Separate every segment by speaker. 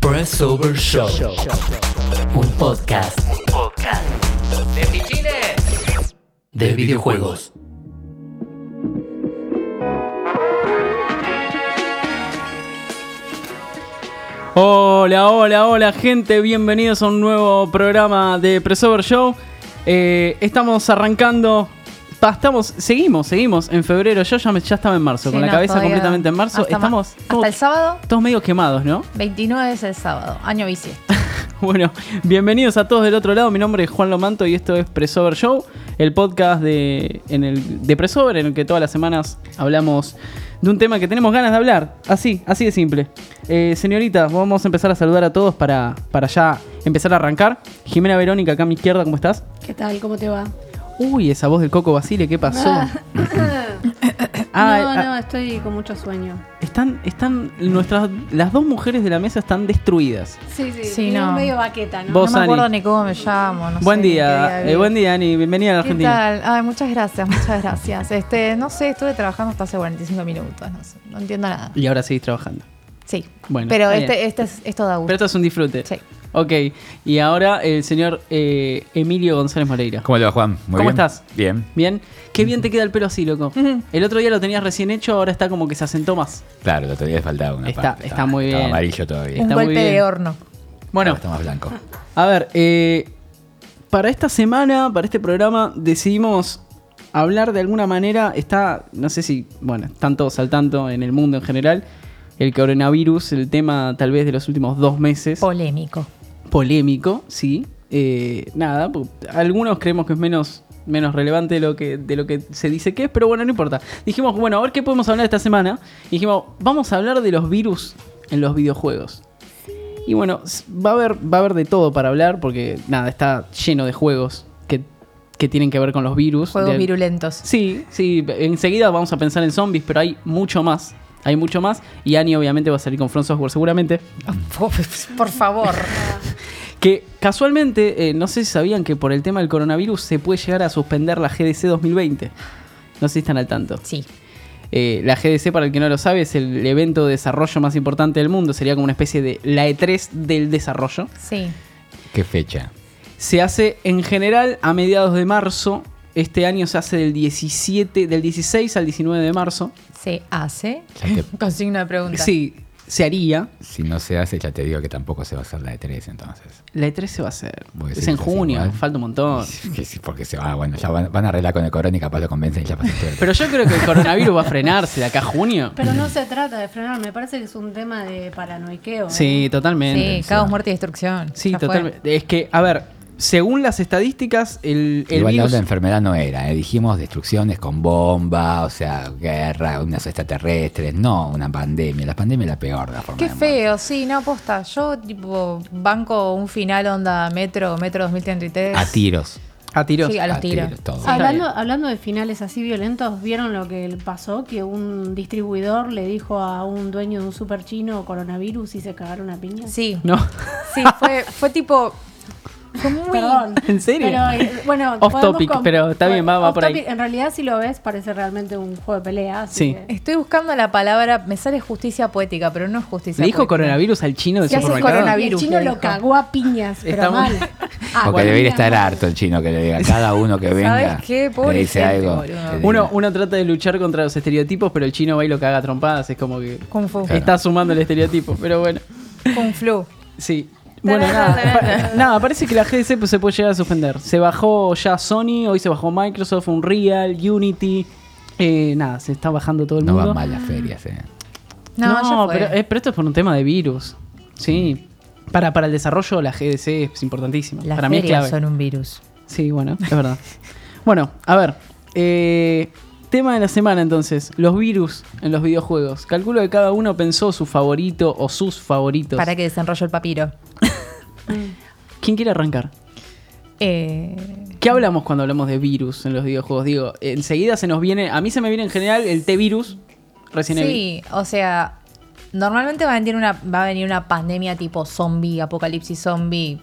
Speaker 1: Crossover Show. Un podcast.
Speaker 2: de pichines.
Speaker 1: de videojuegos.
Speaker 3: Hola, hola, hola gente, bienvenidos a un nuevo programa de Presover Show. Eh, estamos arrancando, pa, estamos, seguimos, seguimos en febrero, yo ya, me- ya estaba en marzo,
Speaker 4: Sí,
Speaker 3: con la
Speaker 4: no,
Speaker 3: cabeza
Speaker 4: todavía
Speaker 3: completamente en marzo,
Speaker 4: hasta
Speaker 3: estamos
Speaker 4: ma-
Speaker 3: todos,
Speaker 4: hasta el sábado,
Speaker 3: todos medio quemados, ¿no?
Speaker 4: 29 es el sábado, año bici.
Speaker 3: Bueno, bienvenidos a todos del otro lado. Mi nombre es Juan Lomanto y esto es Presover Show, el podcast de, en el, de Presover en el que todas las semanas hablamos de un tema que tenemos ganas de hablar. Así, así de simple. Eh, señoritas, vamos a empezar a saludar a todos para, para ya empezar a arrancar. Jimena Verónica, acá a mi izquierda, ¿cómo estás?
Speaker 5: ¿Qué tal? ¿Cómo te va?
Speaker 3: Uy, esa voz del Coco Basile, ¿qué pasó? Ah,
Speaker 5: no,
Speaker 3: ah,
Speaker 5: no, estoy con mucho sueño.
Speaker 3: Están, están nuestras, las dos mujeres de la mesa están destruidas.
Speaker 5: Sí, sí,
Speaker 4: Sí,
Speaker 5: y
Speaker 4: no.
Speaker 5: es medio vaqueta, ¿no?
Speaker 3: Vos-
Speaker 4: no me acuerdo
Speaker 3: Ani.
Speaker 4: ni cómo me llamo. no
Speaker 3: buen
Speaker 4: sé ni qué
Speaker 3: día,
Speaker 4: vivo.
Speaker 3: eh, buen día, Ani, bienvenida a la
Speaker 4: ¿Qué
Speaker 3: Argentina.
Speaker 4: tal? Ay, muchas gracias, muchas gracias. Este, no sé, estuve trabajando hasta hace 45 minutos, no, sé, no entiendo nada.
Speaker 3: Y ahora seguís trabajando.
Speaker 4: Sí,
Speaker 3: Bueno,
Speaker 4: pero
Speaker 3: está bien.
Speaker 4: este, este es, esto da
Speaker 3: Pero
Speaker 4: gusto.
Speaker 3: esto es un disfrute.
Speaker 4: Sí.
Speaker 3: Ok, y ahora el señor eh, Emilio González Moreira.
Speaker 6: ¿Cómo le va, Juan? Muy
Speaker 3: ¿Cómo
Speaker 6: bien.
Speaker 3: estás?
Speaker 6: Bien.
Speaker 3: Bien, qué bien te queda el pelo así, loco. El otro día lo tenías recién hecho, ahora está como que se asentó más.
Speaker 6: Claro, el otro día faltaba una
Speaker 3: Está-
Speaker 6: parte.
Speaker 3: está muy
Speaker 6: estaba
Speaker 3: bien.
Speaker 6: amarillo todavía.
Speaker 4: Un
Speaker 3: está muy
Speaker 4: golpe
Speaker 3: bien.
Speaker 4: de horno.
Speaker 3: Bueno,
Speaker 6: Ahora Está más blanco.
Speaker 3: a ver, eh, para esta semana, para este programa, decidimos hablar de alguna manera. Está, no sé si, bueno, están todos al tanto en el mundo en general. El coronavirus, el tema tal vez de los últimos dos meses.
Speaker 4: Polémico.
Speaker 3: polémico, sí. Eh, nada, pu- algunos creemos que es menos, menos relevante de lo, que, de lo que se dice que es, pero bueno, no importa. Dijimos, bueno, a ver qué podemos hablar esta semana. Y dijimos, vamos a hablar de los virus en los videojuegos. Y bueno, s- va a haber, va a haber de todo para hablar, porque nada, está lleno de juegos que, que tienen que ver con los virus.
Speaker 4: Juegos
Speaker 3: De-
Speaker 4: virulentos.
Speaker 3: Sí, sí, enseguida vamos a pensar en zombies, pero hay mucho más. Hay mucho más. Y Annie obviamente va a salir con Front Software seguramente.
Speaker 4: Por favor.
Speaker 3: Que casualmente, eh, no sé si sabían que por el tema del coronavirus se puede llegar a suspender la GDC 2020. No sé si están al tanto.
Speaker 4: Sí.
Speaker 3: Eh, la GDC, para el que no lo sabe, es el evento de desarrollo más importante del mundo. Sería como una especie de la E3 del desarrollo.
Speaker 4: Sí.
Speaker 6: ¿Qué fecha?
Speaker 3: Se hace en general a mediados de marzo. Este año se hace del 17, del 16 al 19 de marzo.
Speaker 4: Se hace.
Speaker 6: Ya te-
Speaker 4: Con signo de pregunta.
Speaker 3: Sí, se haría.
Speaker 6: si no se hace, ya te digo que tampoco se va a hacer la de tres, entonces.
Speaker 3: La E3 se va a hacer.
Speaker 6: Vos
Speaker 3: Es
Speaker 6: decís
Speaker 3: en
Speaker 6: que sí,
Speaker 3: junio,
Speaker 6: igual.
Speaker 3: falta un montón.
Speaker 6: Que sí, Porque se va, bueno, ya van, van a arreglar con el corona y capaz lo convencen y ya pasa todo.
Speaker 3: Pero yo creo que el coronavirus va a frenarse de acá a junio.
Speaker 5: Pero no se trata de frenar, me parece que es un tema de paranoiqueo. ¿eh?
Speaker 3: Sí, totalmente.
Speaker 4: Sí, caos, muerte y destrucción.
Speaker 3: Sí,
Speaker 4: Ya fue.
Speaker 3: totalmente. Es que, a ver, según las estadísticas, el, el
Speaker 6: Igual la
Speaker 3: virus.
Speaker 6: otra enfermedad no era, ¿eh? dijimos destrucciones con bomba, o sea, guerra, unas extraterrestres, no una pandemia. La pandemia es la peor de la forma.
Speaker 4: Qué
Speaker 6: de morir.
Speaker 4: feo, sí, no, aposta. Yo, tipo, banco un final onda metro, metro 2033.
Speaker 6: A tiros.
Speaker 3: A tiros.
Speaker 4: Sí, a los
Speaker 6: a
Speaker 4: tiros.
Speaker 6: tiros, todo.
Speaker 3: Sí.
Speaker 5: Hablando, hablando de finales así violentos, ¿vieron lo que pasó? Que un distribuidor le dijo a un dueño de un super chino coronavirus y se cagaron a piña.
Speaker 4: Sí,
Speaker 3: No.
Speaker 4: sí, fue, fue tipo. Fue muy.
Speaker 5: Perdón.
Speaker 3: ¿En serio?
Speaker 5: Pero, eh, bueno,
Speaker 3: Off
Speaker 5: podemos
Speaker 3: topic,
Speaker 5: com-
Speaker 3: pero está bien, va- va
Speaker 5: off
Speaker 3: por ahí.
Speaker 5: topic, En realidad, si lo ves, parece realmente un juego de pelea. así
Speaker 3: Sí.
Speaker 5: que-
Speaker 4: Estoy buscando la palabra, me sale justicia poética, pero no es justicia
Speaker 3: ¿Le dijo
Speaker 4: poética.
Speaker 3: coronavirus al chino del
Speaker 4: Se hace
Speaker 3: supermercado?
Speaker 4: coronavirus.
Speaker 5: Y el chino
Speaker 4: le
Speaker 5: lo
Speaker 4: dijo.
Speaker 5: cagó a piñas, pero
Speaker 3: Estamos-
Speaker 5: mal. Ah,
Speaker 6: Porque
Speaker 5: bueno,
Speaker 6: debería estar
Speaker 5: mal.
Speaker 6: harto el chino que le diga. Cada uno que venga.
Speaker 4: ¿Sabes qué? Pobre
Speaker 6: le dice
Speaker 4: gente,
Speaker 6: algo.
Speaker 4: boludo.
Speaker 6: le diga.
Speaker 3: Uno, uno trata de luchar contra los estereotipos, pero el chino va y lo caga a trompadas. Es como que
Speaker 4: Kung Fu.
Speaker 6: Claro.
Speaker 3: está sumando el estereotipo. Pero bueno,
Speaker 4: Kung Flu.
Speaker 3: sí. Bueno, nada, pa- nada, parece que la GDC pues, se puede llegar a suspender. Se bajó ya Sony, hoy se bajó Microsoft, Unreal, Unity. Eh, nada, se está bajando todo el
Speaker 6: No
Speaker 3: mundo.
Speaker 6: van mal las ferias, eh.
Speaker 4: No, ya fue.
Speaker 3: pero, eh, pero esto es por un tema de virus. Sí. Para, para el desarrollo la GDC es importantísima.
Speaker 4: Las
Speaker 3: para mí es
Speaker 4: ferias
Speaker 3: clave.
Speaker 4: son un virus.
Speaker 3: Sí, bueno, es verdad. bueno, a ver. eh, tema de la semana entonces. Los virus en los videojuegos. Calculo que cada uno pensó su favorito o sus favoritos.
Speaker 4: Para que desenrollo el papiro.
Speaker 3: ¿Quién quiere arrancar?
Speaker 4: Eh,
Speaker 3: ¿Qué hablamos cuando hablamos de virus en los videojuegos? Digo, enseguida se nos viene. A mí se me viene en general el T-virus. Recién he-
Speaker 4: sí, o sea, normalmente va a venir una, va a venir una pandemia tipo zombie, apocalipsis zombie.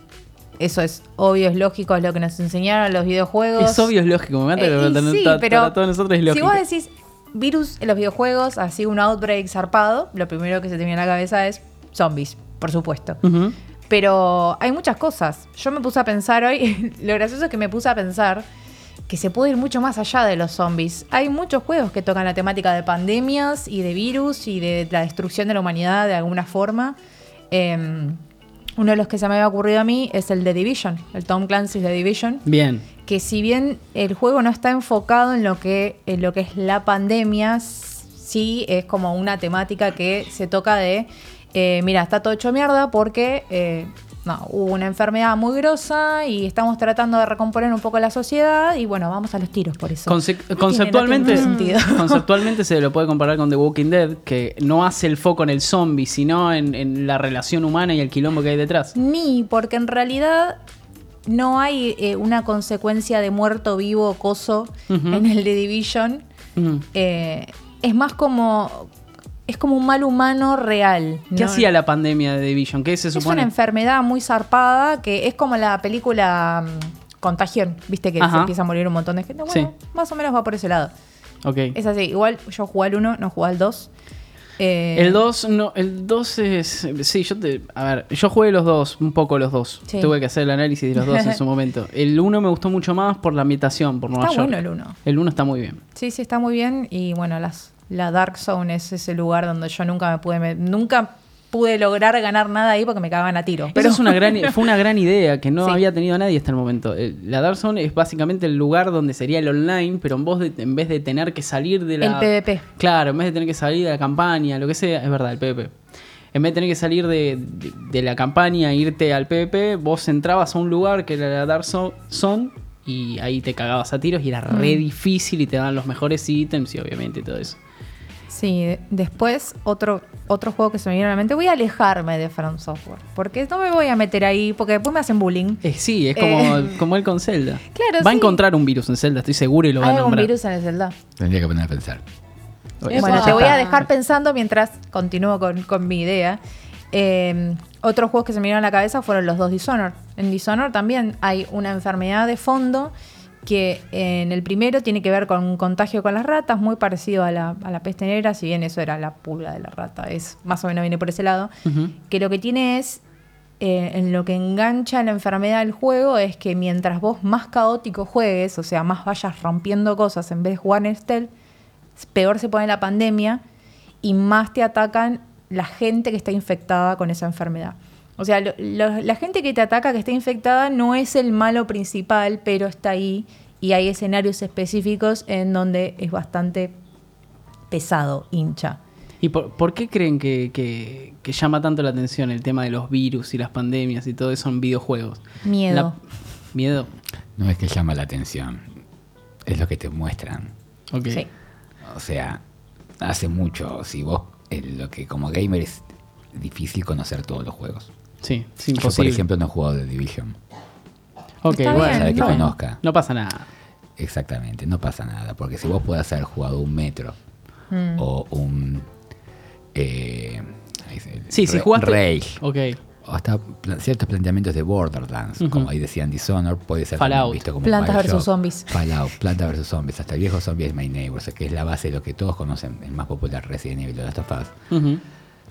Speaker 4: Eso es obvio, es lógico, es lo que nos enseñaron los videojuegos.
Speaker 3: Es obvio, es lógico. Me encanta
Speaker 4: Eh,
Speaker 3: que
Speaker 4: y
Speaker 3: para-
Speaker 4: sí,
Speaker 3: para,
Speaker 4: pero
Speaker 3: todos nosotros es lógico.
Speaker 4: Si vos decís virus en los videojuegos, así un outbreak zarpado, lo primero que se te viene a la cabeza es zombies. por supuesto.
Speaker 3: Ujú.
Speaker 4: Pero hay muchas cosas. Yo me puse a pensar hoy, lo gracioso es que me puse a pensar que se puede ir mucho más allá de los zombies. Hay muchos juegos que tocan la temática de pandemias y de virus y de la destrucción de la humanidad de alguna forma. Eh, uno de los que se me había ocurrido a mí es el de Division, el Tom Clancy's The Division
Speaker 3: Bien.
Speaker 4: que si bien el juego no está enfocado en lo que, en lo que es la pandemia, s- sí es como una temática que se toca de, eh, mira, está todo hecho mierda porque eh, no, hubo una enfermedad muy grosa y estamos tratando de recomponer un poco la sociedad y bueno, vamos a los tiros por eso.
Speaker 3: Conce-
Speaker 4: No tiene-
Speaker 3: conceptualmente,
Speaker 4: no tiene sentido.
Speaker 3: conceptualmente se lo puede comparar con The Walking Dead, que no hace el foco en el zombie, sino en, en la relación humana y el quilombo que hay detrás.
Speaker 4: Ni, porque en realidad no hay eh, una consecuencia de muerto vivo o coso
Speaker 3: Ujú.
Speaker 4: en el de Division.
Speaker 3: Mm.
Speaker 4: Eh, es más como. Es como un mal humano real.
Speaker 3: ¿Qué
Speaker 4: ¿no?
Speaker 3: hacía la pandemia de Division? ¿Qué se
Speaker 4: Es una
Speaker 3: supone?
Speaker 4: enfermedad muy zarpada que es como la película mm, Contagión. Viste que se
Speaker 3: Ajá.
Speaker 4: empieza a morir un montón de gente. Bueno,
Speaker 3: Sí.
Speaker 4: más o menos va por ese lado.
Speaker 3: Ok.
Speaker 4: Es así. Igual yo jugué al 1, no jugué al Eh, 2.
Speaker 3: El 2, no, el 2 es. Sí, yo te. A ver, yo jugué los dos, un poco los dos.
Speaker 4: Sí.
Speaker 3: Tuve que hacer el análisis de los dos en su momento. El 1 me gustó mucho más por la ambientación, por Nueva
Speaker 4: Está
Speaker 3: York.
Speaker 4: bueno el 1.
Speaker 3: El 1 está muy bien.
Speaker 4: Sí, sí, está muy bien. Y bueno, las, la Dark Zone es ese lugar donde yo nunca me pude. me- nunca pude lograr ganar nada ahí porque me cagaban a tiro.
Speaker 3: Pero es una gran, fue una gran idea que no
Speaker 4: Sí.
Speaker 3: había tenido nadie hasta el momento. El- La Dark Zone es básicamente el lugar donde sería el online, pero en, vos de- en vez de tener que salir de la.
Speaker 4: El PvP.
Speaker 3: Claro, en vez de tener que salir de la campaña, lo que sea, es verdad, el PvP. En vez de tener que salir de, de- de la campaña e irte al PvP, vos entrabas a un lugar que era la Dark Zo- Zone y ahí te cagabas a tiros y era
Speaker 4: Mm.
Speaker 3: re difícil y te daban los mejores ítems y obviamente todo eso.
Speaker 4: Sí, de- después otro, otro juego que se me vino a la mente. Voy a alejarme de From Software. Porque no me voy a meter ahí, porque después me hacen bullying.
Speaker 3: Eh, sí, es como,
Speaker 4: Eh.
Speaker 3: como él con Zelda.
Speaker 4: Claro,
Speaker 3: va a
Speaker 4: sí.
Speaker 3: encontrar un virus en Zelda, estoy seguro y lo va a
Speaker 4: Hay algún
Speaker 3: nombrar. Pues,
Speaker 4: virus en el Zelda.
Speaker 6: Tendría que poner a pensar.
Speaker 4: Bueno, te voy a dejar pensando mientras continúo con, con mi idea. Eh, otros juegos que se me vinieron a la cabeza fueron los dos Dishonored. En Dishonored también hay una enfermedad de fondo que en el primero tiene que ver con un contagio con las ratas, muy parecido a la, a la peste negra, si bien eso era la pulga de la rata, es más o menos viene por ese lado,
Speaker 3: Ujú.
Speaker 4: que lo que tiene es, eh, en lo que engancha la enfermedad del juego, es que mientras vos más caótico juegues, o sea, más vayas rompiendo cosas en vez de jugar en stealth, peor se pone la pandemia y más te atacan la gente que está infectada con esa enfermedad. O sea, lo- lo- la gente que te ataca, que está infectada, no es el malo principal, pero está ahí y hay escenarios específicos en donde es bastante pesado, hincha.
Speaker 3: ¿Y por, por qué creen que, que- que llama tanto la atención el tema de los virus y las pandemias y todo eso en videojuegos?
Speaker 4: Miedo.
Speaker 3: La- miedo.
Speaker 6: No es que llama la atención, es lo que te muestran.
Speaker 3: Ok.
Speaker 4: Sí.
Speaker 6: O sea, hace mucho, si vos, eh, lo que como gamer es difícil conocer todos los juegos.
Speaker 3: Sí, es
Speaker 6: Yo, por
Speaker 3: imposible.
Speaker 6: ejemplo, no he jugado The Division.
Speaker 3: Ok,
Speaker 4: Está
Speaker 3: bueno.
Speaker 4: bien,
Speaker 6: Sabe que
Speaker 4: no.
Speaker 6: conozca.
Speaker 3: No pasa nada.
Speaker 6: Exactamente, no pasa nada, porque si vos podés haber jugado un metro
Speaker 4: Mm.
Speaker 6: o un... eh, ahí se-
Speaker 3: Sí, si
Speaker 6: Re-
Speaker 3: jugaste.
Speaker 6: Rage,
Speaker 3: Ok.
Speaker 6: o hasta pla- ciertos planteamientos de Borderlands, como ahí decían Dishonored, puede ser también
Speaker 3: Fallout.
Speaker 6: visto como
Speaker 4: Plantas
Speaker 6: Bioshock,
Speaker 4: versus zombies.
Speaker 6: Fallout, Plantas versus Zombies, hasta el viejo Zombie es My Neighbor, o sea, que es la base de lo que todos conocen, el más popular Resident Evil, The Last of Us,
Speaker 3: Ujú.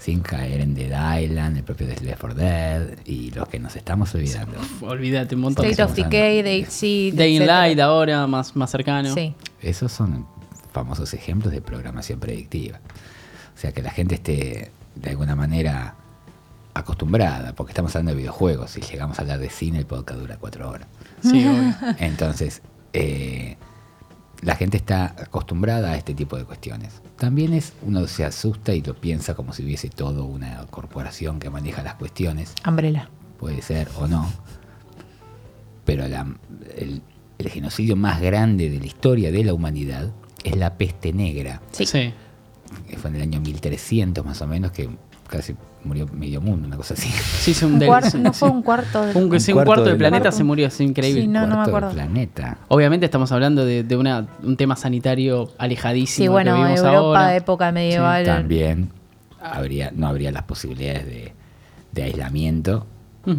Speaker 6: sin caer en Dead Island, el propio The Left 4 Dead y los que nos estamos olvidando.
Speaker 3: Uf, Olvídate un montón.
Speaker 4: State
Speaker 6: Estamos
Speaker 4: of Decay,
Speaker 6: hablando.
Speaker 4: Date Seed,
Speaker 3: Day in
Speaker 4: etcétera.
Speaker 3: Light ahora, más, más cercano.
Speaker 4: Sí.
Speaker 6: Esos son famosos ejemplos de programación predictiva. O sea, que la gente esté de alguna manera acostumbrada, porque estamos hablando de videojuegos, y llegamos a hablar de cine, el podcast dura cuatro horas.
Speaker 3: Sí, obvio.
Speaker 6: Entonces, eh, la gente está acostumbrada a este tipo de cuestiones. También es, uno se asusta y lo piensa como si hubiese todo una corporación que maneja las cuestiones,
Speaker 4: Umbrella.
Speaker 6: puede ser o no, pero la- el, el genocidio más grande de la historia de la humanidad es la peste negra,
Speaker 4: Sí.
Speaker 3: Sí.
Speaker 6: que fue en el año 1300 más o menos, que casi murió medio mundo, una cosa así.
Speaker 3: Sí, es un,
Speaker 4: Un
Speaker 3: del-
Speaker 4: cuarto-
Speaker 3: sí,
Speaker 4: no fue
Speaker 3: sí.
Speaker 4: un cuarto de...
Speaker 3: Un- sí, un cuarto, del planeta se murió, es increíble.
Speaker 4: Sí, no, no me
Speaker 6: Cuarto del
Speaker 4: acuerdo.
Speaker 6: planeta.
Speaker 3: Obviamente estamos hablando de, de una, un tema sanitario alejadísimo
Speaker 4: Sí, bueno,
Speaker 3: que vivimos
Speaker 4: Europa,
Speaker 3: ahora.
Speaker 4: época medieval.
Speaker 6: también
Speaker 4: Ah.
Speaker 6: habría, no habría las posibilidades de, de aislamiento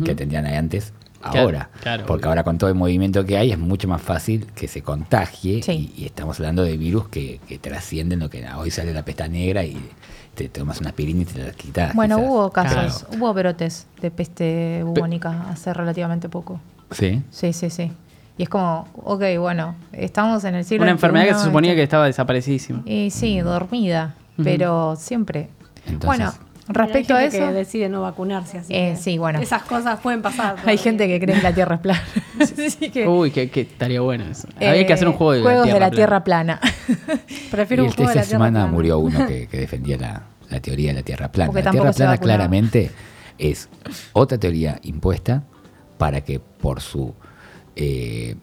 Speaker 6: que tendrían ahí antes.
Speaker 3: Claro,
Speaker 6: ahora.
Speaker 3: claro,
Speaker 6: porque
Speaker 3: obvio.
Speaker 6: ahora con todo el movimiento que hay es mucho más fácil que se contagie
Speaker 4: Sí.
Speaker 6: y, y estamos hablando de virus que, que trascienden lo que hoy sale la pesta negra y te tomas una aspirina y te la quitas.
Speaker 4: Bueno,
Speaker 6: quizás.
Speaker 4: hubo casos, hubo brotes de peste bubónica hace relativamente poco.
Speaker 6: Sí.
Speaker 4: Sí, sí, sí. Y es como, ok, bueno, estamos en el siglo
Speaker 3: Una enfermedad que se
Speaker 4: XXI,
Speaker 3: suponía que
Speaker 4: ¿viste?
Speaker 3: estaba desaparecidísima.
Speaker 4: Y sí, dormida,
Speaker 3: Ujú.
Speaker 4: pero siempre.
Speaker 6: Entonces-
Speaker 4: bueno,
Speaker 5: Pero hay
Speaker 4: respecto a
Speaker 5: gente
Speaker 4: eso,
Speaker 5: que decide no vacunarse, así.
Speaker 4: Eh,
Speaker 5: que
Speaker 4: sí, bueno.
Speaker 5: Esas cosas pueden pasar.
Speaker 4: hay
Speaker 5: todavía.
Speaker 4: gente que Uh, cree que la Tierra es plana. Así que,
Speaker 3: Uy, que, que estaría bueno eso.
Speaker 4: eh,
Speaker 3: Había que hacer un juego de
Speaker 4: Juegos de la
Speaker 3: plana.
Speaker 4: Tierra plana.
Speaker 5: Prefiero
Speaker 6: y
Speaker 5: un
Speaker 6: el-
Speaker 5: juego de
Speaker 6: esta
Speaker 5: la tierra.
Speaker 6: semana
Speaker 5: plana.
Speaker 6: murió uno que, que defendía la, la teoría de la Tierra plana.
Speaker 4: Porque
Speaker 6: la Tierra
Speaker 4: tampoco se
Speaker 6: plana
Speaker 4: vacunaba.
Speaker 6: claramente es otra teoría impuesta para que por su eh,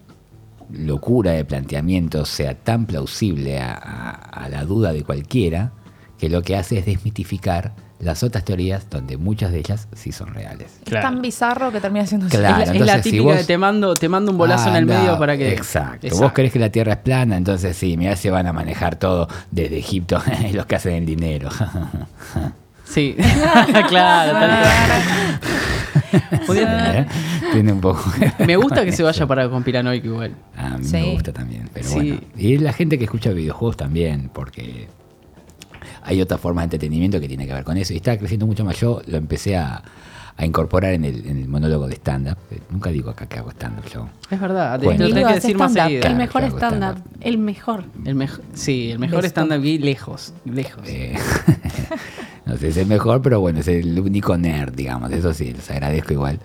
Speaker 6: locura de planteamiento sea tan plausible a, a- a la duda de cualquiera, que lo que hace es desmitificar las otras teorías donde muchas de ellas sí son reales.
Speaker 3: Claro.
Speaker 4: Es tan bizarro que termina siendo
Speaker 6: Claro,
Speaker 3: es la- es
Speaker 6: entonces,
Speaker 3: la
Speaker 6: si
Speaker 3: típica
Speaker 6: vos-
Speaker 3: de te mando, te mando un bolazo en el
Speaker 6: Anda,
Speaker 3: medio para que.
Speaker 6: Exacto. Vos crees que la Tierra es plana, entonces sí, mirá, se van a manejar todo desde Egipto, los que hacen el dinero.
Speaker 3: Sí. claro, tal cual. Podría-
Speaker 6: ¿Eh? Tiene un poco.
Speaker 3: Ah.
Speaker 4: Ah.
Speaker 3: Me gusta que se vaya para con piranoico igual.
Speaker 6: A mí
Speaker 4: Sí.
Speaker 6: me gusta también, pero
Speaker 3: Sí.
Speaker 6: bueno. Y la gente que escucha videojuegos también, porque hay otra forma de entretenimiento que tiene que ver con eso. Y está creciendo mucho más. Yo lo empecé a, a incorporar en el, en el monólogo de stand-up. Eh, Nunca digo acá que hago stand-up yo.
Speaker 3: Es verdad, te,
Speaker 6: Bueno.
Speaker 3: te lo tenés
Speaker 4: Digo,
Speaker 3: que decir más
Speaker 4: stand-up.
Speaker 3: seguido.
Speaker 5: El
Speaker 6: Claro,
Speaker 5: mejor
Speaker 6: claro,
Speaker 5: estándar.
Speaker 6: estándar.
Speaker 5: El mejor.
Speaker 3: El mej- sí, el mejor
Speaker 4: Listo.
Speaker 3: stand-up gay lejos, lejos.
Speaker 6: Eh, no sé si es mejor, pero bueno, es el único nerd, digamos. Eso sí, les agradezco igual.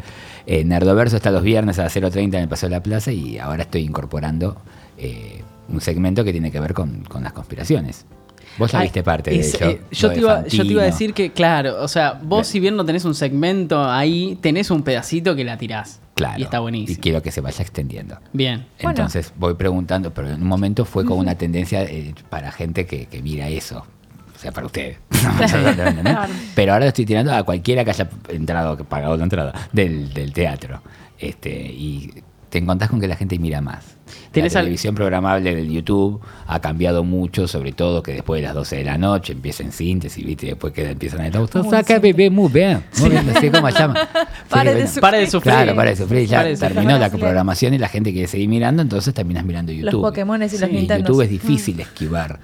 Speaker 6: Eh, Nerdoverso está los viernes a las 0.30 en el Paseo de la Plaza y ahora estoy incorporando eh, un segmento que tiene que ver con, con las conspiraciones. Vos ya
Speaker 3: Ay,
Speaker 6: viste parte de
Speaker 3: es-
Speaker 6: ello.
Speaker 3: eh, yo,
Speaker 6: lo
Speaker 3: te
Speaker 6: de
Speaker 3: iba, yo te iba a
Speaker 6: Fantino.
Speaker 3: decir que, claro, o sea, vos
Speaker 6: Bien.
Speaker 3: si bien no tenés un segmento ahí, tenés un pedacito que la tirás.
Speaker 6: Claro.
Speaker 3: Y está
Speaker 6: Y
Speaker 3: buenísimo.
Speaker 6: quiero que se vaya extendiendo.
Speaker 3: Bien.
Speaker 4: Bueno.
Speaker 6: Entonces voy preguntando, pero en un momento fue como una tendencia eh, para gente que, que mira eso. O sea, para ustedes. Pero ahora lo estoy tirando a cualquiera que haya entrado, que pagado la entrada, del, del teatro. Este, y te encontrás con que la gente mira más.
Speaker 3: Tenés
Speaker 6: la
Speaker 3: al-
Speaker 6: televisión programable del YouTube ha cambiado mucho, sobre todo que después de las 12 de la noche empieza en síntesis, ¿viste? Después que empiezan a estar. Saca bebé, muy bien. Muy bien, no sé cómo se llama.
Speaker 4: Pare de
Speaker 6: bueno.
Speaker 4: sufrir.
Speaker 3: Para de sufrir.
Speaker 6: Claro, para de sufrir. Ya
Speaker 3: Para de sufrir.
Speaker 6: terminó la
Speaker 5: Sí.
Speaker 6: programación y la gente quiere seguir mirando, entonces terminas mirando YouTube.
Speaker 4: Pokémones y los
Speaker 6: en
Speaker 4: Nintendos. Mm.
Speaker 6: YouTube es difícil esquivar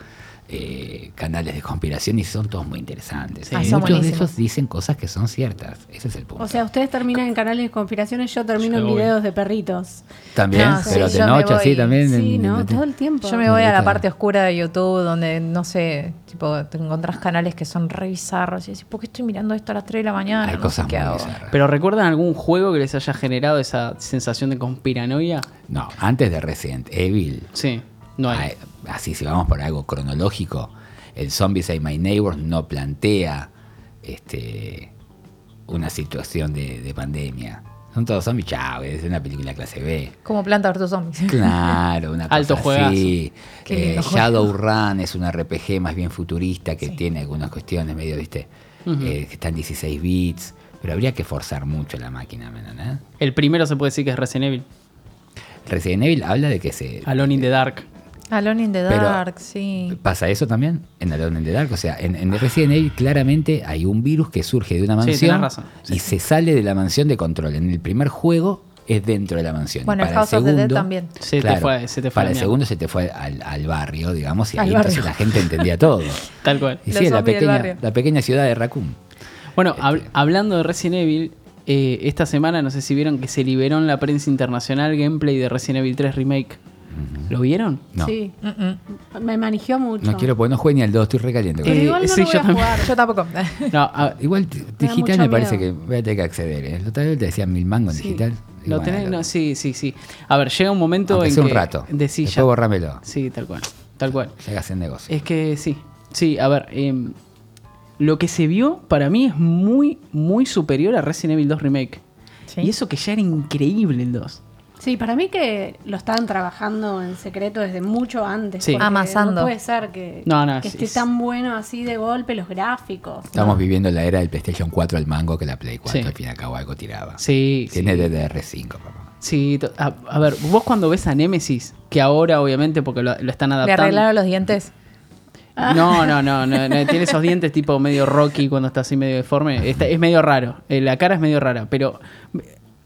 Speaker 6: eh, canales de conspiración y son todos muy interesantes.
Speaker 4: Ah,
Speaker 6: Y
Speaker 4: son
Speaker 6: Muchos de
Speaker 4: buenísimos.
Speaker 6: esos dicen cosas que son ciertas. Ese es el punto.
Speaker 5: O sea, ustedes terminan en canales de conspiraciones, yo termino en
Speaker 3: Yo voy.
Speaker 5: videos de perritos.
Speaker 6: también,
Speaker 4: No,
Speaker 6: pero
Speaker 4: sí,
Speaker 6: de
Speaker 4: yo me
Speaker 6: noche,
Speaker 4: voy.
Speaker 6: así también.
Speaker 5: Sí,
Speaker 6: en-
Speaker 5: ¿no?
Speaker 6: en-
Speaker 5: Todo el tiempo.
Speaker 4: Yo me voy a
Speaker 6: gusta.
Speaker 4: la parte oscura de YouTube donde, no sé, tipo, te encontrás canales que son re bizarros y decís, ¿por qué estoy mirando esto a las 3 de la mañana?
Speaker 6: Hay
Speaker 4: No
Speaker 6: cosas
Speaker 4: sé
Speaker 6: muy
Speaker 4: qué hago.
Speaker 6: bizarras.
Speaker 3: ¿Pero recuerdan algún juego que les haya generado esa sensación de conspiranoia?
Speaker 6: No, antes de Resident Evil,
Speaker 3: Sí, no hay.
Speaker 6: Ay, así, si vamos por algo cronológico, el Zombies Say My Neighbors no plantea este, una situación de, de pandemia. Son todos zombies, chao, es una película clase B.
Speaker 4: Como planta versus zombies.
Speaker 6: Claro, una cosa
Speaker 3: Alto
Speaker 6: así.
Speaker 4: Qué lindo
Speaker 6: Eh,
Speaker 4: juego.
Speaker 6: Shadowrun es un RPG más bien futurista que tiene algunas cuestiones medio, viste, eh, que están 16 bits, pero habría que forzar mucho la máquina, ¿me entendés?
Speaker 3: El primero se puede decir que es Resident Evil.
Speaker 6: Resident Evil habla de que se
Speaker 3: Alone in the Dark.
Speaker 4: Alone in the
Speaker 6: Pero-
Speaker 4: Dark, sí.
Speaker 6: ¿Pasa eso también en Alone in the Dark? O sea, en, en Resident Evil claramente hay un virus que surge de una
Speaker 3: Sí,
Speaker 6: mansión
Speaker 3: tenés razón.
Speaker 6: y se sale de la mansión de control. En el primer juego es dentro de la mansión.
Speaker 4: Bueno, en House of the Dead también.
Speaker 3: Se te fue- se te fue
Speaker 6: para
Speaker 3: al
Speaker 6: el
Speaker 3: mierda.
Speaker 6: segundo se te fue al, al barrio, digamos, y
Speaker 4: Al
Speaker 6: ahí entonces
Speaker 4: barrio.
Speaker 6: la gente entendía todo.
Speaker 3: Tal cual.
Speaker 6: Y
Speaker 4: Los
Speaker 6: sí, la
Speaker 4: zombies del
Speaker 6: pequeña,
Speaker 4: barrio.
Speaker 6: la pequeña ciudad de Raccoon. eh,
Speaker 3: Bueno, hab- hablando de Resident Evil, eh, esta semana no sé si vieron que se liberó en la prensa internacional gameplay de Resident Evil 3 Remake. ¿Lo vieron?
Speaker 6: No,
Speaker 5: Sí,
Speaker 4: Mm-mm.
Speaker 5: me manigió mucho.
Speaker 6: no quiero, porque no juegue ni al 2, estoy recaliente. con
Speaker 5: Pero
Speaker 3: Eh, ah,
Speaker 5: igual no
Speaker 3: sí,
Speaker 5: lo voy
Speaker 3: yo
Speaker 5: a
Speaker 3: también.
Speaker 5: jugar.
Speaker 4: Yo tampoco.
Speaker 3: No, a-
Speaker 6: Igual t- digital
Speaker 5: mucho
Speaker 6: me parece
Speaker 5: miedo.
Speaker 6: que voy a tener que acceder. ¿eh? La otra vez te decían mil mango en digital. Y
Speaker 3: lo
Speaker 6: bueno,
Speaker 3: tenés-
Speaker 6: lo-
Speaker 3: no, sí, sí, sí. A ver, llega un momento
Speaker 6: aunque
Speaker 3: en
Speaker 6: sea un
Speaker 3: que
Speaker 6: rato.
Speaker 3: decís
Speaker 6: Después
Speaker 3: ya.
Speaker 6: borrámelo.
Speaker 3: Sí, tal cual, tal cual.
Speaker 6: Llega a ser negocio.
Speaker 3: Es que sí, sí, a ver, em, lo que se vio para mí es muy, muy superior a Resident Evil 2 Remake.
Speaker 4: Sí.
Speaker 3: Y eso que ya era increíble el 2.
Speaker 5: Sí, para mí que lo estaban trabajando en secreto desde mucho antes.
Speaker 3: Sí.
Speaker 5: porque
Speaker 4: Amasando.
Speaker 5: No puede ser que,
Speaker 3: No, no,
Speaker 5: que
Speaker 3: es-
Speaker 5: esté
Speaker 3: es-
Speaker 5: tan bueno así de golpe los gráficos.
Speaker 6: Estamos viviendo la era del PlayStation 4 al mango que la Play 4
Speaker 3: Sí.
Speaker 6: al fin y al cabo algo tiraba.
Speaker 3: Sí, sí.
Speaker 6: Tiene DDR5, papá.
Speaker 3: Sí, to- a, a ver, vos cuando ves a Nemesis, que ahora obviamente porque lo, lo están
Speaker 4: Le
Speaker 3: adaptando.
Speaker 4: arreglaron los dientes. Ah.
Speaker 3: No, no, no, no, no, tiene esos dientes tipo medio Rocky cuando está así medio deforme. Está- es medio raro, eh, la cara es medio rara, pero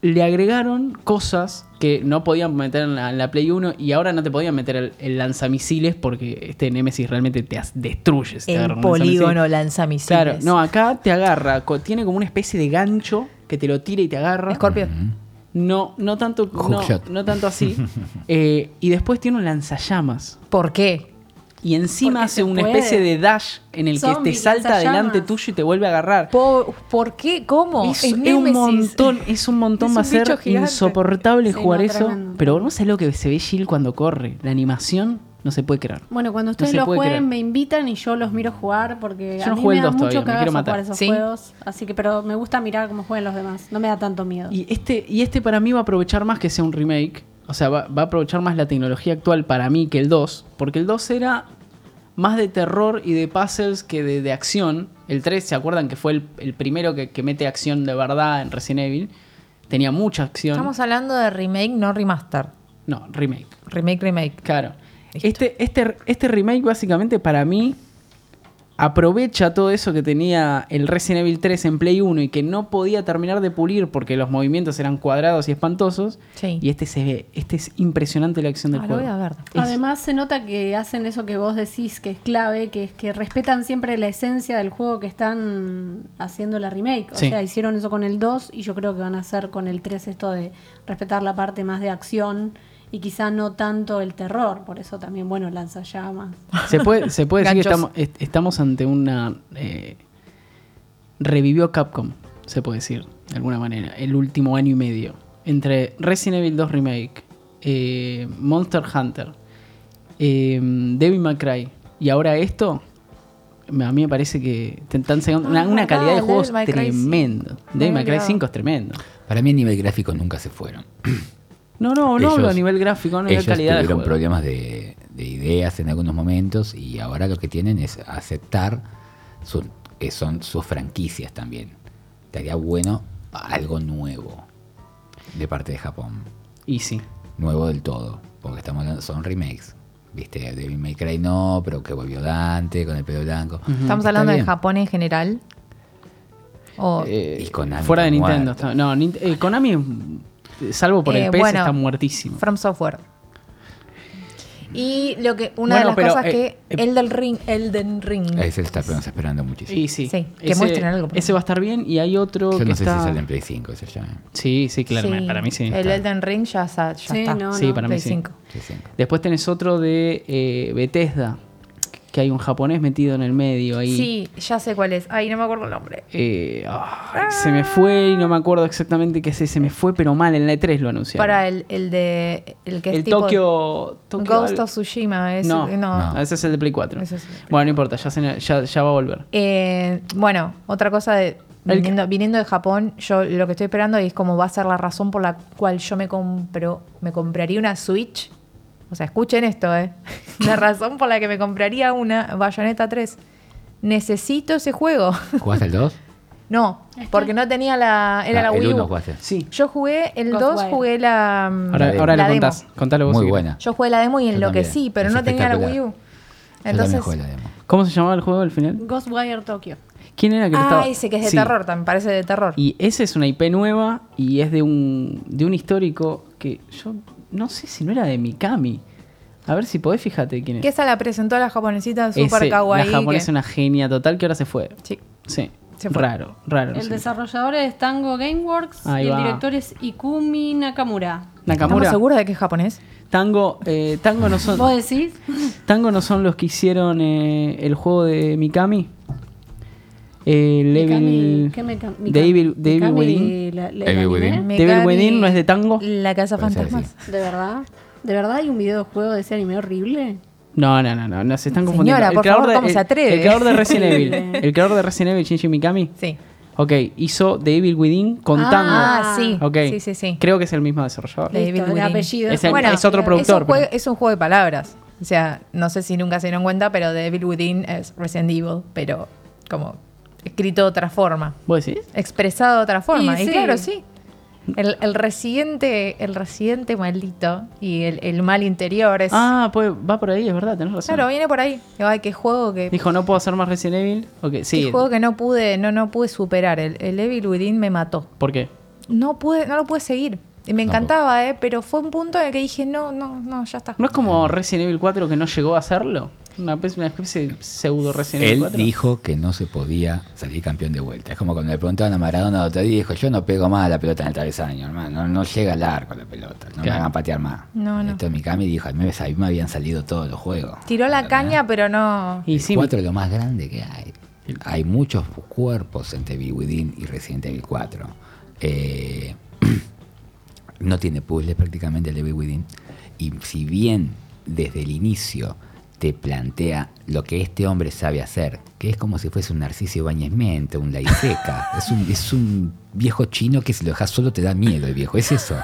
Speaker 3: le agregaron cosas que no podían meter en la, en la Play 1 y ahora no te podían meter el, el lanzamisiles porque este Nemesis realmente te as- destruye. si te agarra
Speaker 4: El
Speaker 3: un
Speaker 4: polígono
Speaker 3: lanzamisiles. Claro,
Speaker 4: lanzamisiles.
Speaker 3: no, acá te agarra, co- tiene como una especie de gancho que te lo tira y te agarra.
Speaker 4: Scorpio.
Speaker 3: No, no tanto, no,
Speaker 6: Hookshot.
Speaker 3: no tanto así. Eh, y después tiene un lanzallamas.
Speaker 4: ¿Por qué?
Speaker 3: Y encima
Speaker 5: Porque
Speaker 3: hace
Speaker 5: se
Speaker 3: una
Speaker 5: puede.
Speaker 3: especie de dash en el que
Speaker 5: Zombie,
Speaker 3: te salta
Speaker 5: lanzallamas.
Speaker 3: adelante tuyo y te vuelve a agarrar.
Speaker 4: ¿Por, por qué?
Speaker 5: Oh,
Speaker 4: ¿Cómo?
Speaker 3: Es, es
Speaker 4: Es
Speaker 3: un
Speaker 4: Némesis.
Speaker 3: montón, es un montón,
Speaker 4: Es
Speaker 3: va a
Speaker 4: un
Speaker 3: ser
Speaker 4: bicho gigante.
Speaker 3: insoportable
Speaker 5: Sí, no,
Speaker 3: jugar eso.
Speaker 5: tremendo.
Speaker 3: Pero no sé lo que se ve Jill cuando corre. La animación no se puede creer.
Speaker 5: Bueno, cuando ustedes
Speaker 3: se
Speaker 5: lo
Speaker 3: puede
Speaker 5: jueguen
Speaker 3: creer.
Speaker 5: me invitan y yo los miro jugar porque
Speaker 3: Yo
Speaker 5: a
Speaker 3: no
Speaker 5: mí
Speaker 3: jugué
Speaker 5: me
Speaker 3: el
Speaker 5: da
Speaker 3: dos todavía,
Speaker 5: mucho
Speaker 3: me quiero
Speaker 5: cagazo
Speaker 3: matar.
Speaker 5: jugar esos
Speaker 4: Sí.
Speaker 5: juegos, así que pero me gusta mirar cómo juegan los demás, no me da tanto miedo.
Speaker 3: Y este, y este para mí va a aprovechar más que sea un remake. O sea, va, va a aprovechar más la tecnología actual para mí que el 2. Porque el 2 era más de terror y de puzzles que de, de acción. El 3, ¿se acuerdan que fue el, el primero que, que mete acción de verdad en Resident Evil? Tenía mucha acción.
Speaker 4: Estamos hablando de remake, no remaster.
Speaker 3: No, remake.
Speaker 4: Remake, remake.
Speaker 3: Claro. Este, este, este remake básicamente para mí aprovecha todo eso que tenía el Resident Evil 3 en Play 1 y que no podía terminar de pulir porque los movimientos eran cuadrados y espantosos.
Speaker 4: Sí.
Speaker 3: Y este se ve, este es impresionante la acción del
Speaker 4: Ah, lo
Speaker 3: juego.
Speaker 4: voy a ver.
Speaker 3: Es-
Speaker 5: Además se nota que hacen eso que vos decís que es clave, que es que respetan siempre la esencia del juego que están haciendo la remake. O
Speaker 3: Sí.
Speaker 5: sea, hicieron eso con el 2 y yo creo que van a hacer con el 3 esto de respetar la parte más de acción y quizá no tanto el terror. Por eso también, bueno, lanzallamas.
Speaker 3: Se puede, se puede decir que
Speaker 4: Ganchos.
Speaker 3: estamos, est- estamos ante una. eh, revivió Capcom, se puede decir, de alguna manera, el último año y medio. Entre Resident Evil 2 Remake, eh, Monster Hunter, eh, Devil May Cry y ahora esto. me- A mí me parece que te están sacando una,
Speaker 4: Ah,
Speaker 3: una calidad de
Speaker 4: verdad,
Speaker 3: juegos
Speaker 4: Devil May Cry, sí.
Speaker 3: tremendo.
Speaker 4: Me
Speaker 3: Devil
Speaker 4: había
Speaker 3: May Cry
Speaker 4: olvidado.
Speaker 3: 5 es tremendo.
Speaker 6: Para mí a nivel gráfico nunca se fueron.
Speaker 3: No, no, no
Speaker 6: Ellos-
Speaker 3: hablo a nivel gráfico, no a nivel
Speaker 6: Ellos
Speaker 3: calidad de
Speaker 6: tuvieron
Speaker 3: juego.
Speaker 6: problemas de, de ideas en algunos momentos y ahora lo que tienen es aceptar sus- que son sus franquicias también. Estaría bueno algo nuevo de parte de Japón.
Speaker 3: Y sí.
Speaker 6: Nuevo del todo, porque estamos hablando, son remakes. Viste, Devil May Cry no, pero que volvió Dante con el pelo blanco.
Speaker 4: Estamos
Speaker 6: Está
Speaker 4: hablando de
Speaker 6: bien.
Speaker 4: Japón en general. O-
Speaker 3: Eh,
Speaker 6: Y Konami
Speaker 3: Fuera de
Speaker 6: está
Speaker 3: Nintendo.
Speaker 6: muerto.
Speaker 3: está- no, Nin- eh, Konami, eh, salvo por
Speaker 4: Eh,
Speaker 3: el PS,
Speaker 4: bueno,
Speaker 3: está muertísimo.
Speaker 4: From Software. Y lo que
Speaker 3: Bueno,
Speaker 4: una de las
Speaker 3: pero,
Speaker 4: cosas
Speaker 3: eh,
Speaker 4: que
Speaker 3: eh,
Speaker 4: Elden Ring, Elden Ring.
Speaker 6: Ese lo estamos esperando muchísimo.
Speaker 3: Y sí,
Speaker 4: Sí, que
Speaker 3: ese,
Speaker 4: muestren algo, por
Speaker 3: Ese va a estar bien y hay otro
Speaker 6: Yo
Speaker 3: que
Speaker 6: no sé
Speaker 3: está...
Speaker 6: si sale en Play 5, ese ya.
Speaker 3: Sí, sí, claro,
Speaker 4: Sí,
Speaker 3: para mí sí.
Speaker 4: El Elden Ring ya, sa- ya
Speaker 5: Sí,
Speaker 4: está.
Speaker 5: no,
Speaker 3: Sí,
Speaker 5: no,
Speaker 3: para mí
Speaker 4: Play
Speaker 3: sí.
Speaker 4: 5.
Speaker 6: Play 5.
Speaker 3: Después tenés otro de eh, Bethesda, que hay un japonés metido en el medio ahí.
Speaker 4: Sí, ya sé cuál es. Ay, no me acuerdo el nombre.
Speaker 3: Eh, ay, se me fue y no me acuerdo exactamente qué sé, se me fue, pero mal, en la E3 lo anunciaron.
Speaker 4: Para el, el de. El que es
Speaker 3: el
Speaker 4: tipo.
Speaker 3: Tokio, Tokio
Speaker 4: Ghost
Speaker 3: algo.
Speaker 4: of Tsushima. Es,
Speaker 3: No,
Speaker 4: no.
Speaker 6: No.
Speaker 3: ese es el de Play 4.
Speaker 4: Ese es el de Play
Speaker 3: bueno, no importa, ya, se- ya, ya va a volver.
Speaker 4: Eh, bueno, otra cosa de.
Speaker 3: El que-
Speaker 4: Viniendo, viniendo de Japón, yo lo que estoy esperando es como va a ser la razón por la cual yo me compro, me compraría una Switch. O sea, escuchen esto, ¿eh? La razón por la que me compraría una Bayonetta 3. Necesito ese juego.
Speaker 6: ¿Jugaste el 2?
Speaker 4: No, porque no tenía la. Era la
Speaker 6: Ah, el
Speaker 4: Wii U.
Speaker 6: 1 jugaste.
Speaker 3: Sí.
Speaker 4: Yo jugué el 2,
Speaker 5: Ghostwire.
Speaker 4: jugué la. mm,
Speaker 3: Ahora,
Speaker 6: La
Speaker 3: ahora
Speaker 4: la
Speaker 3: le
Speaker 4: demo.
Speaker 3: contás, contalo vos.
Speaker 6: Muy
Speaker 3: si
Speaker 6: buena.
Speaker 4: Yo jugué la demo y
Speaker 6: Yo
Speaker 4: enloquecí,
Speaker 6: también.
Speaker 4: pero
Speaker 6: Es
Speaker 4: no tenía la Wii
Speaker 6: espectacular.
Speaker 4: U.
Speaker 6: Yo también
Speaker 4: Entonces.
Speaker 6: jugué la demo.
Speaker 3: querés. ¿Cómo se llamaba el juego al final?
Speaker 5: Ghostwire Tokyo.
Speaker 3: ¿Quién era que te
Speaker 4: Ah,
Speaker 3: estaba-
Speaker 4: ese que es de
Speaker 3: Sí.
Speaker 4: terror, también parece de terror.
Speaker 3: Y esa es una IP nueva y es de un, de un histórico que yo no sé si no era de Mikami. A ver si podés, fíjate quién es.
Speaker 4: Que esa la presentó la japonesita
Speaker 3: Ese,
Speaker 4: super kawaii.
Speaker 3: La japonesa
Speaker 4: que-
Speaker 3: una genia total que ahora se fue.
Speaker 4: Sí.
Speaker 3: Sí,
Speaker 4: Se fue.
Speaker 3: raro, raro. no
Speaker 5: El
Speaker 3: sé.
Speaker 5: desarrollador es Tango Gameworks
Speaker 3: Ahí
Speaker 5: y
Speaker 3: va.
Speaker 5: el director es Ikumi Nakamura.
Speaker 4: ¿Estamos
Speaker 3: Nakamura,
Speaker 4: seguros de que es japonés?
Speaker 3: tango, eh, tango, no
Speaker 5: ¿Vos
Speaker 3: son,
Speaker 5: decís?
Speaker 3: tango no son los que hicieron eh, el juego de Mikami. El
Speaker 5: Mikami-
Speaker 3: Evil,
Speaker 5: ¿qué Mika- Mikami?
Speaker 3: David, David
Speaker 5: Mikami,
Speaker 3: Within.
Speaker 5: la- la-
Speaker 6: David
Speaker 5: el
Speaker 6: Within.
Speaker 5: anime.
Speaker 3: Devil
Speaker 4: Megami-
Speaker 3: Within, ¿no es de tango?
Speaker 4: La casa
Speaker 6: Parece que
Speaker 4: fantasmas.
Speaker 5: ¿De verdad? ¿De verdad hay un videojuego de ese anime horrible?
Speaker 3: No, no, no, no, no, se están
Speaker 4: Señora,
Speaker 3: confundiendo.
Speaker 4: por
Speaker 3: creador
Speaker 4: favor,
Speaker 3: de-
Speaker 4: ¿cómo se
Speaker 3: el-
Speaker 4: atreve?
Speaker 3: El creador de Resident Evil. El creador de Resident Evil, Shinji Mikami.
Speaker 4: Sí.
Speaker 3: Ok, hizo The Evil Within con
Speaker 5: Ah,
Speaker 3: tango.
Speaker 4: Ah, sí.
Speaker 3: Ok.
Speaker 4: Sí, sí, sí.
Speaker 3: Creo que es el mismo desarrollador.
Speaker 4: David
Speaker 5: Listo, el
Speaker 4: Within.
Speaker 5: apellido
Speaker 3: Es el-
Speaker 5: Bueno,
Speaker 3: es otro
Speaker 4: Es
Speaker 5: claro.
Speaker 4: un,
Speaker 3: productor.
Speaker 4: juego,
Speaker 3: pero-
Speaker 4: es un juego de palabras. O sea, no sé si nunca se dieron cuenta, pero Devil Within es Resident Evil, pero como escrito de otra forma.
Speaker 3: ¿Vos decís?
Speaker 4: expresado de otra forma.
Speaker 5: Y
Speaker 4: Y,
Speaker 5: sí.
Speaker 4: claro, sí. El, el residente, el residente maldito y el, el mal interior es.
Speaker 3: Ah, pues va por ahí, es verdad, tenés razón.
Speaker 4: claro, viene por ahí. Digo, Ay, qué juego que.
Speaker 3: Dijo, no puedo hacer más Resident Evil. Ok,
Speaker 4: qué
Speaker 3: sí.
Speaker 4: juego que no pude, no, no pude superar. El, el Evil Within me mató.
Speaker 3: ¿Por qué?
Speaker 4: no pude, no lo pude seguir. Y me
Speaker 6: No,
Speaker 4: encantaba, eh, pero fue un punto en el que dije, no, no, no, ya está.
Speaker 3: ¿No es como Resident Evil 4 que no llegó a hacerlo? Una especie una especie de pseudo Resident Evil
Speaker 6: Él
Speaker 3: 4.
Speaker 6: dijo que no se podía salir campeón de vuelta. Es como cuando le preguntaban a Maradona otro día, dijo, yo no pego más la pelota en el travesaño, hermano. No, no llega al arco la pelota. No me
Speaker 3: Claro.
Speaker 6: hagan patear más.
Speaker 4: No, no.
Speaker 6: Esto Mikami dijo, a mí, me sal- a mí me habían salido todos los juegos.
Speaker 4: Tiró la caña, pero no.
Speaker 3: Y
Speaker 6: El
Speaker 3: sí,
Speaker 6: 4 es lo más grande que hay. Hay muchos cuerpos entre Evil Within y Resident Evil 4. Eh, no tiene puzzles prácticamente el Evil Within. Y si bien desde el inicio te plantea lo que este hombre sabe hacer, que es como si fuese un Narciso Ibáñez Menta, un Laiseca. es, un, es un viejo chino que si lo dejas solo te da miedo el viejo, es eso.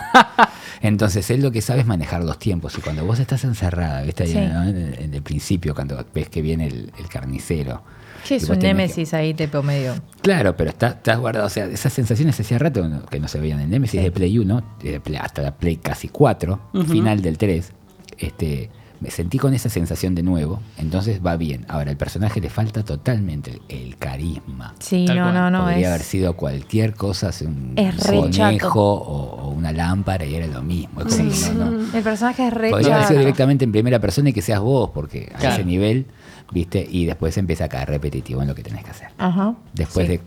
Speaker 6: Entonces él lo que sabe es manejar los tiempos y cuando vos estás encerrada, ¿viste? Ahí,
Speaker 4: Sí.
Speaker 6: ¿no? en, el- en el principio, cuando ves que viene el, el carnicero.
Speaker 4: Que
Speaker 6: y
Speaker 4: es
Speaker 6: vos
Speaker 4: un
Speaker 6: tenés que-
Speaker 4: némesis ahí, te medio.
Speaker 6: Claro, pero está- estás guardado. O sea, esas sensaciones hacía rato que no- que no se veían en Nemesis de Play 1, de Play- hasta la Play casi 4, final del 3. Este, me sentí con esa sensación de nuevo, entonces va bien. Ahora, al personaje le falta totalmente el, el carisma.
Speaker 4: Sí,
Speaker 3: Tal
Speaker 4: no,
Speaker 3: cual.
Speaker 4: no, no,
Speaker 6: Podría haber
Speaker 4: es.
Speaker 6: sido cualquier cosa, si un
Speaker 4: Es re chato.
Speaker 6: conejo o, o una lámpara y era lo mismo. Es como que no- no-
Speaker 4: El personaje es re
Speaker 6: Podría haber
Speaker 4: chato.
Speaker 6: sido directamente en primera persona y que seas vos, porque a
Speaker 3: Claro.
Speaker 6: ese nivel, ¿viste? Y después empieza a caer repetitivo en lo que tenés que hacer.
Speaker 4: Ajá.
Speaker 6: Después
Speaker 4: Sí.
Speaker 6: de.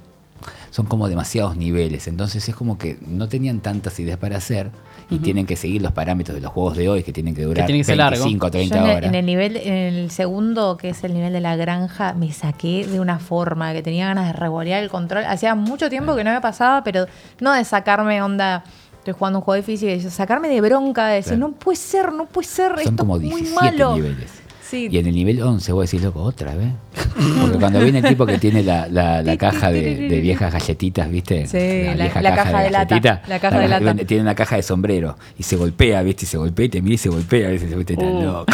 Speaker 6: Son como demasiados niveles, entonces es como que no tenían tantas ideas para hacer y tienen que seguir los parámetros de los juegos de hoy que tienen que durar
Speaker 3: tiene que ser largo.
Speaker 6: 25 o
Speaker 4: Yo
Speaker 6: 30
Speaker 4: en, el,
Speaker 6: horas.
Speaker 4: en el nivel, en el segundo, que es el nivel de la granja, me saqué de una forma que tenía ganas de revolear el control. Hacía mucho tiempo que no me pasaba, pero no de sacarme onda. Estoy jugando un juego difícil, de sacarme de bronca, de decir,
Speaker 6: Claro.
Speaker 4: no puede ser, no puede ser,
Speaker 6: Son
Speaker 4: esto
Speaker 6: como
Speaker 4: es muy
Speaker 6: 17
Speaker 4: malo.
Speaker 6: niveles.
Speaker 4: Sí.
Speaker 6: Y en el nivel 11 vos decís, loco, otra vez. Porque cuando viene el tipo que tiene la, la- la caja de, de viejas galletitas, ¿viste?
Speaker 4: Sí, la- la caja de lata,
Speaker 6: galletitas.
Speaker 4: la caja de lata.
Speaker 6: vende- Tiene una caja de sombrero y se golpea, ¿viste? Y se golpea y te mira y se golpea. A veces se viste tan
Speaker 3: Uh.
Speaker 6: loco.